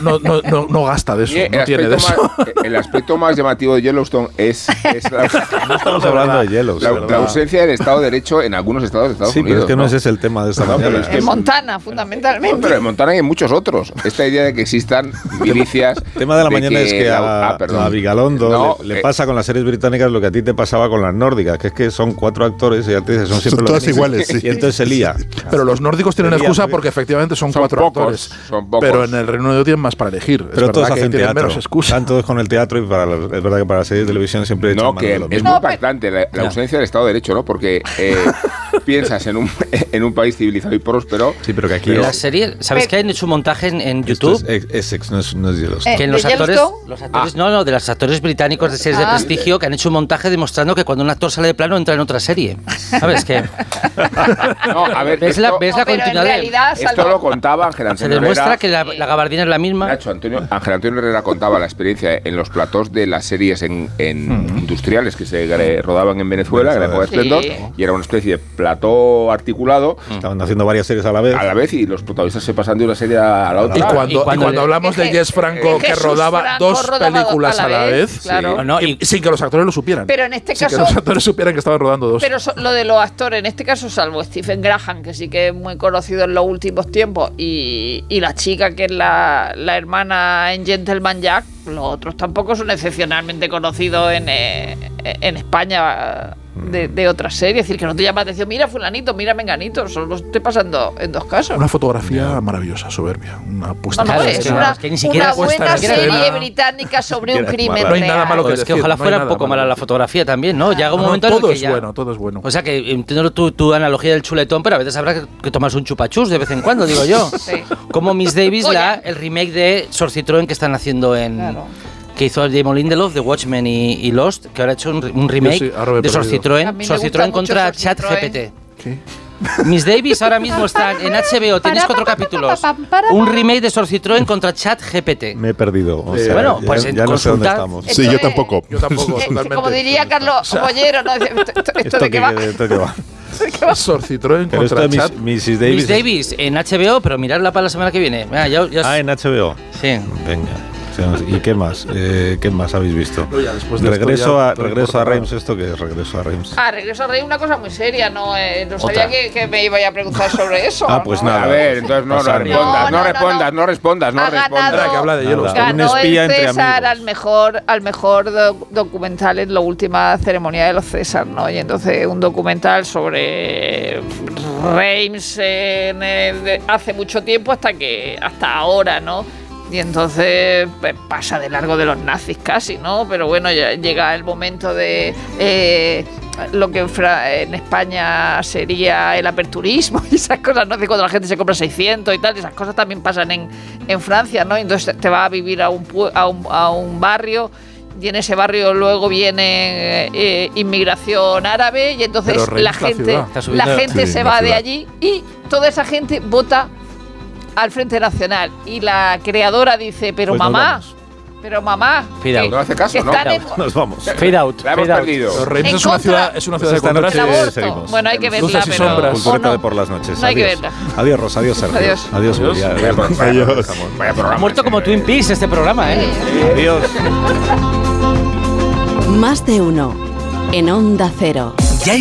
Speaker 3: No, no, no, no gasta de eso,
Speaker 7: Y el,
Speaker 3: no tiene de eso.
Speaker 7: aspecto más, el aspecto más llamativo de Yellowstone es, es la,
Speaker 2: Estamos hablando de hielos.
Speaker 7: la- la
Speaker 2: ¿verdad?
Speaker 7: ausencia del Estado de Derecho en algunos estados de Estados
Speaker 2: Sí, pero
Speaker 7: Unidos.
Speaker 2: es que no ese es el tema de esta
Speaker 7: No, pero
Speaker 2: mañana.
Speaker 7: es que-
Speaker 4: En Montana, fundamentalmente.
Speaker 7: Pero en Montana y en muchos otros. Esta idea de que existan milicias. El
Speaker 2: tema de la mañana es que a, a Vigalondo
Speaker 7: ah, No,
Speaker 2: le, le
Speaker 7: eh,
Speaker 2: pasa con las series británicas lo que a ti te pasaba con las nórdicas, que es que son cuatro actores y ya te dices, son siempre
Speaker 5: Son
Speaker 2: los
Speaker 5: todas
Speaker 2: mismos.
Speaker 5: iguales, sí.
Speaker 2: Y entonces se lía.
Speaker 3: Pero los nórdicos tienen
Speaker 2: Tenía
Speaker 3: excusa
Speaker 2: muy-
Speaker 3: porque efectivamente son, cuatro
Speaker 2: pocos,
Speaker 3: actores.
Speaker 2: son pocos.
Speaker 3: Pero en el Reino Unido tienen más para elegir.
Speaker 2: Pero
Speaker 3: es
Speaker 2: todos
Speaker 3: verdad que
Speaker 2: hacen
Speaker 3: tienen
Speaker 2: teatro.
Speaker 3: menos excusa.
Speaker 2: Están todos con el teatro y para las- es verdad que para las series de televisión siempre echan
Speaker 7: No,
Speaker 2: mano
Speaker 7: que
Speaker 2: de lo
Speaker 7: es
Speaker 2: mismo.
Speaker 7: muy impactante la, la ausencia del Estado de Derecho, ¿no? Porque eh, piensas en un, en un país civilizado y próspero.
Speaker 2: Sí, pero que aquí
Speaker 6: La serie, ¿sabéis que han hecho un montaje en, en
Speaker 2: Esto
Speaker 6: YouTube?
Speaker 2: es Essex, no es, no es Yellowstone.
Speaker 6: Que en los actores, los actores- no, no, de los actores británicos de series
Speaker 4: Ah.
Speaker 6: de prestigio que han hecho un montaje demostrando que cuando un actor sale de plano entra en otra serie. ¿Sabes qué?
Speaker 7: No, a ver,
Speaker 6: ¿Ves la-
Speaker 7: esto-
Speaker 6: ves la No, pero en continuidad de- realidad,
Speaker 7: Esto
Speaker 6: salvo-
Speaker 7: lo contaba Ángel
Speaker 6: Se
Speaker 7: Antonio
Speaker 6: demuestra
Speaker 7: Herrera.
Speaker 6: que la, la gabardina es la misma.
Speaker 7: Nacho, Antonio, Ángel Antonio Herrera contaba la experiencia en los platós de las
Speaker 2: Hmm.
Speaker 7: series en, en industriales que se eh, rodaban en Venezuela, en la época de
Speaker 4: Sí.
Speaker 7: Esplendor, y era una especie de plató articulado.
Speaker 2: Hmm. Estaban haciendo varias series a la vez.
Speaker 7: A la vez y los protagonistas se pasan de una serie a la otra.
Speaker 3: Y cuando, y cuando hablamos de Jess Franco, que rodaba dos películas a la vez,
Speaker 4: claro.
Speaker 3: sí. y- sin que los actores lo supieran.
Speaker 4: Pero en este
Speaker 3: sin
Speaker 4: caso-
Speaker 3: que los actores supieran que estaban rodando dos.
Speaker 4: Pero so- lo de los actores, en este caso, salvo Stephen Graham, que sí que es muy conocido en los últimos tiempos, y, y la chica que es la, la hermana en Gentleman Jack, los otros tampoco son excepcionalmente conocidos en, eh, en España de,
Speaker 3: Mm.
Speaker 4: de otras series. Es decir, que no te llama la atención, mira fulanito, mira menganito, solo te pasando en dos casos.
Speaker 3: Una fotografía maravillosa, soberbia. Una puesta
Speaker 4: No, no, este es una, una buena serie británica sobre un crimen
Speaker 3: No hay nada
Speaker 4: real.
Speaker 3: malo que
Speaker 6: Pues
Speaker 3: decir,
Speaker 6: ojalá
Speaker 3: no hay
Speaker 6: fuera un
Speaker 3: nada
Speaker 6: poco
Speaker 3: malo
Speaker 6: mala
Speaker 3: que
Speaker 6: la fotografía también, ¿no? Llega un
Speaker 3: No,
Speaker 6: momento en el
Speaker 3: todo
Speaker 6: que
Speaker 3: es
Speaker 6: ya-
Speaker 3: bueno, todo es bueno.
Speaker 6: O sea que eh, entiendo tu, tu analogía del chuletón, pero a veces habrá que, que tomarse un chupachus de vez en cuando, digo yo.
Speaker 4: Sí.
Speaker 6: Como Miss Davis,
Speaker 4: Oye.
Speaker 6: la, el remake de Sor Citroën que están haciendo en. Que hizo Damon Lindelof de Watchmen y, y Lost, que ahora ha hecho un, un remake
Speaker 3: sí, ahora me he
Speaker 6: de Sor
Speaker 3: perdido.
Speaker 4: A
Speaker 6: Citroën.
Speaker 4: mí me
Speaker 6: Sor
Speaker 4: gusta
Speaker 6: Citroën
Speaker 4: mucho
Speaker 6: contra
Speaker 4: Sor Citroën.
Speaker 6: ChatGPT. Miss Davis ahora mismo está en HBO, tenéis cuatro capítulos. Un remake de Sor Citroën contra ChatGPT.
Speaker 2: Me he perdido. o
Speaker 6: Eh,
Speaker 2: sea,
Speaker 6: bueno,
Speaker 2: ya-
Speaker 6: pues
Speaker 2: ya no sé dónde
Speaker 6: consultad-
Speaker 2: estamos.
Speaker 5: Sí, yo tampoco.
Speaker 3: Yo tampoco, totalmente.
Speaker 4: Como diría Carlos Bollero, ¿no? Dice, ¿esto, esto de qué va?
Speaker 2: ¿Esto qué Eh, va?
Speaker 3: Sor Citroën
Speaker 2: Pero
Speaker 3: contra
Speaker 2: esto
Speaker 3: Chat.
Speaker 2: es Miss- Mrs.
Speaker 6: Miss Davis
Speaker 2: Davis.
Speaker 6: en HBO, pero miradla para la semana que viene. Mira, ya- ya os-
Speaker 2: Ah, en HBO.
Speaker 6: Sí.
Speaker 2: Venga. Sí, ¿Y qué más? Eh, ¿Qué más habéis visto?
Speaker 3: No, ya, después de esto
Speaker 2: regreso
Speaker 3: ya
Speaker 2: a,
Speaker 3: todo
Speaker 2: regreso a
Speaker 3: incorporado.
Speaker 2: Reims. ¿Esto qué es? Regreso a Reims.
Speaker 4: Ah, regreso a reír, una cosa muy seria, no, eh, no sabía
Speaker 2: Otra.
Speaker 4: que, que me iba a preguntar sobre eso.
Speaker 2: Ah, pues
Speaker 4: ¿no?
Speaker 2: nada.
Speaker 7: A ver, entonces no,
Speaker 2: Pasar.
Speaker 7: respondas, no, respondas, no respondas, no
Speaker 4: Ha
Speaker 7: respondas.
Speaker 4: ganado-
Speaker 2: Un
Speaker 4: Ganó
Speaker 2: espía
Speaker 4: el
Speaker 2: entre
Speaker 4: César al mejor, al mejor do- documental en la última ceremonia de los César, ¿no? Y entonces un documental sobre Reims en el- de- hace mucho tiempo hasta que hasta ahora, ¿no? Y entonces pues, pasa de largo de los nazis casi, ¿no? Pero bueno, ya llega el momento de eh, lo que en, Fra- en España sería el aperturismo y esas cosas, ¿no? De cuando la gente se compra 600 y tal, esas cosas también pasan en, en Francia, ¿no? Entonces te vas a vivir a un, pue- a un, a un barrio y en ese barrio luego viene eh, eh, inmigración árabe y entonces
Speaker 6: Pero Reims
Speaker 4: la
Speaker 6: la
Speaker 4: gente,
Speaker 6: ciudad.
Speaker 4: la,
Speaker 6: Está subiendo-
Speaker 4: gente
Speaker 6: Sí,
Speaker 4: se
Speaker 6: la
Speaker 4: va de
Speaker 6: ciudad.
Speaker 4: allí y toda esa gente vota al Frente Nacional y la creadora dice, pero
Speaker 6: Pues nos
Speaker 4: mamá, pero mamá,
Speaker 6: Fade out.
Speaker 4: No hace caso, que ¿no? están en-
Speaker 2: Nos vamos.
Speaker 6: Fade out.
Speaker 7: La hemos
Speaker 6: fade out.
Speaker 7: perdido.
Speaker 3: Reims
Speaker 4: En
Speaker 3: es una
Speaker 4: contra-
Speaker 3: ciudad, es una
Speaker 2: Pues
Speaker 3: ciudad
Speaker 2: esta
Speaker 3: de
Speaker 2: noche
Speaker 3: contrastes.
Speaker 2: seguimos.
Speaker 4: Bueno, hay que verla,
Speaker 3: Luces y
Speaker 4: pero-
Speaker 3: sombras.
Speaker 2: Cultureta
Speaker 4: Oh, no.
Speaker 2: de por las noches.
Speaker 4: No hay que
Speaker 2: Adiós.
Speaker 4: verla.
Speaker 2: Adiós, Rosa. Adiós, Sergio.
Speaker 4: Adiós.
Speaker 2: Adiós,
Speaker 4: Adiós.
Speaker 2: Nuria.
Speaker 4: Vaya
Speaker 2: Adiós.
Speaker 6: Ha muerto como Twin Peaks este programa, ¿eh?
Speaker 2: Adiós.
Speaker 17: Más de uno. En Onda Cero.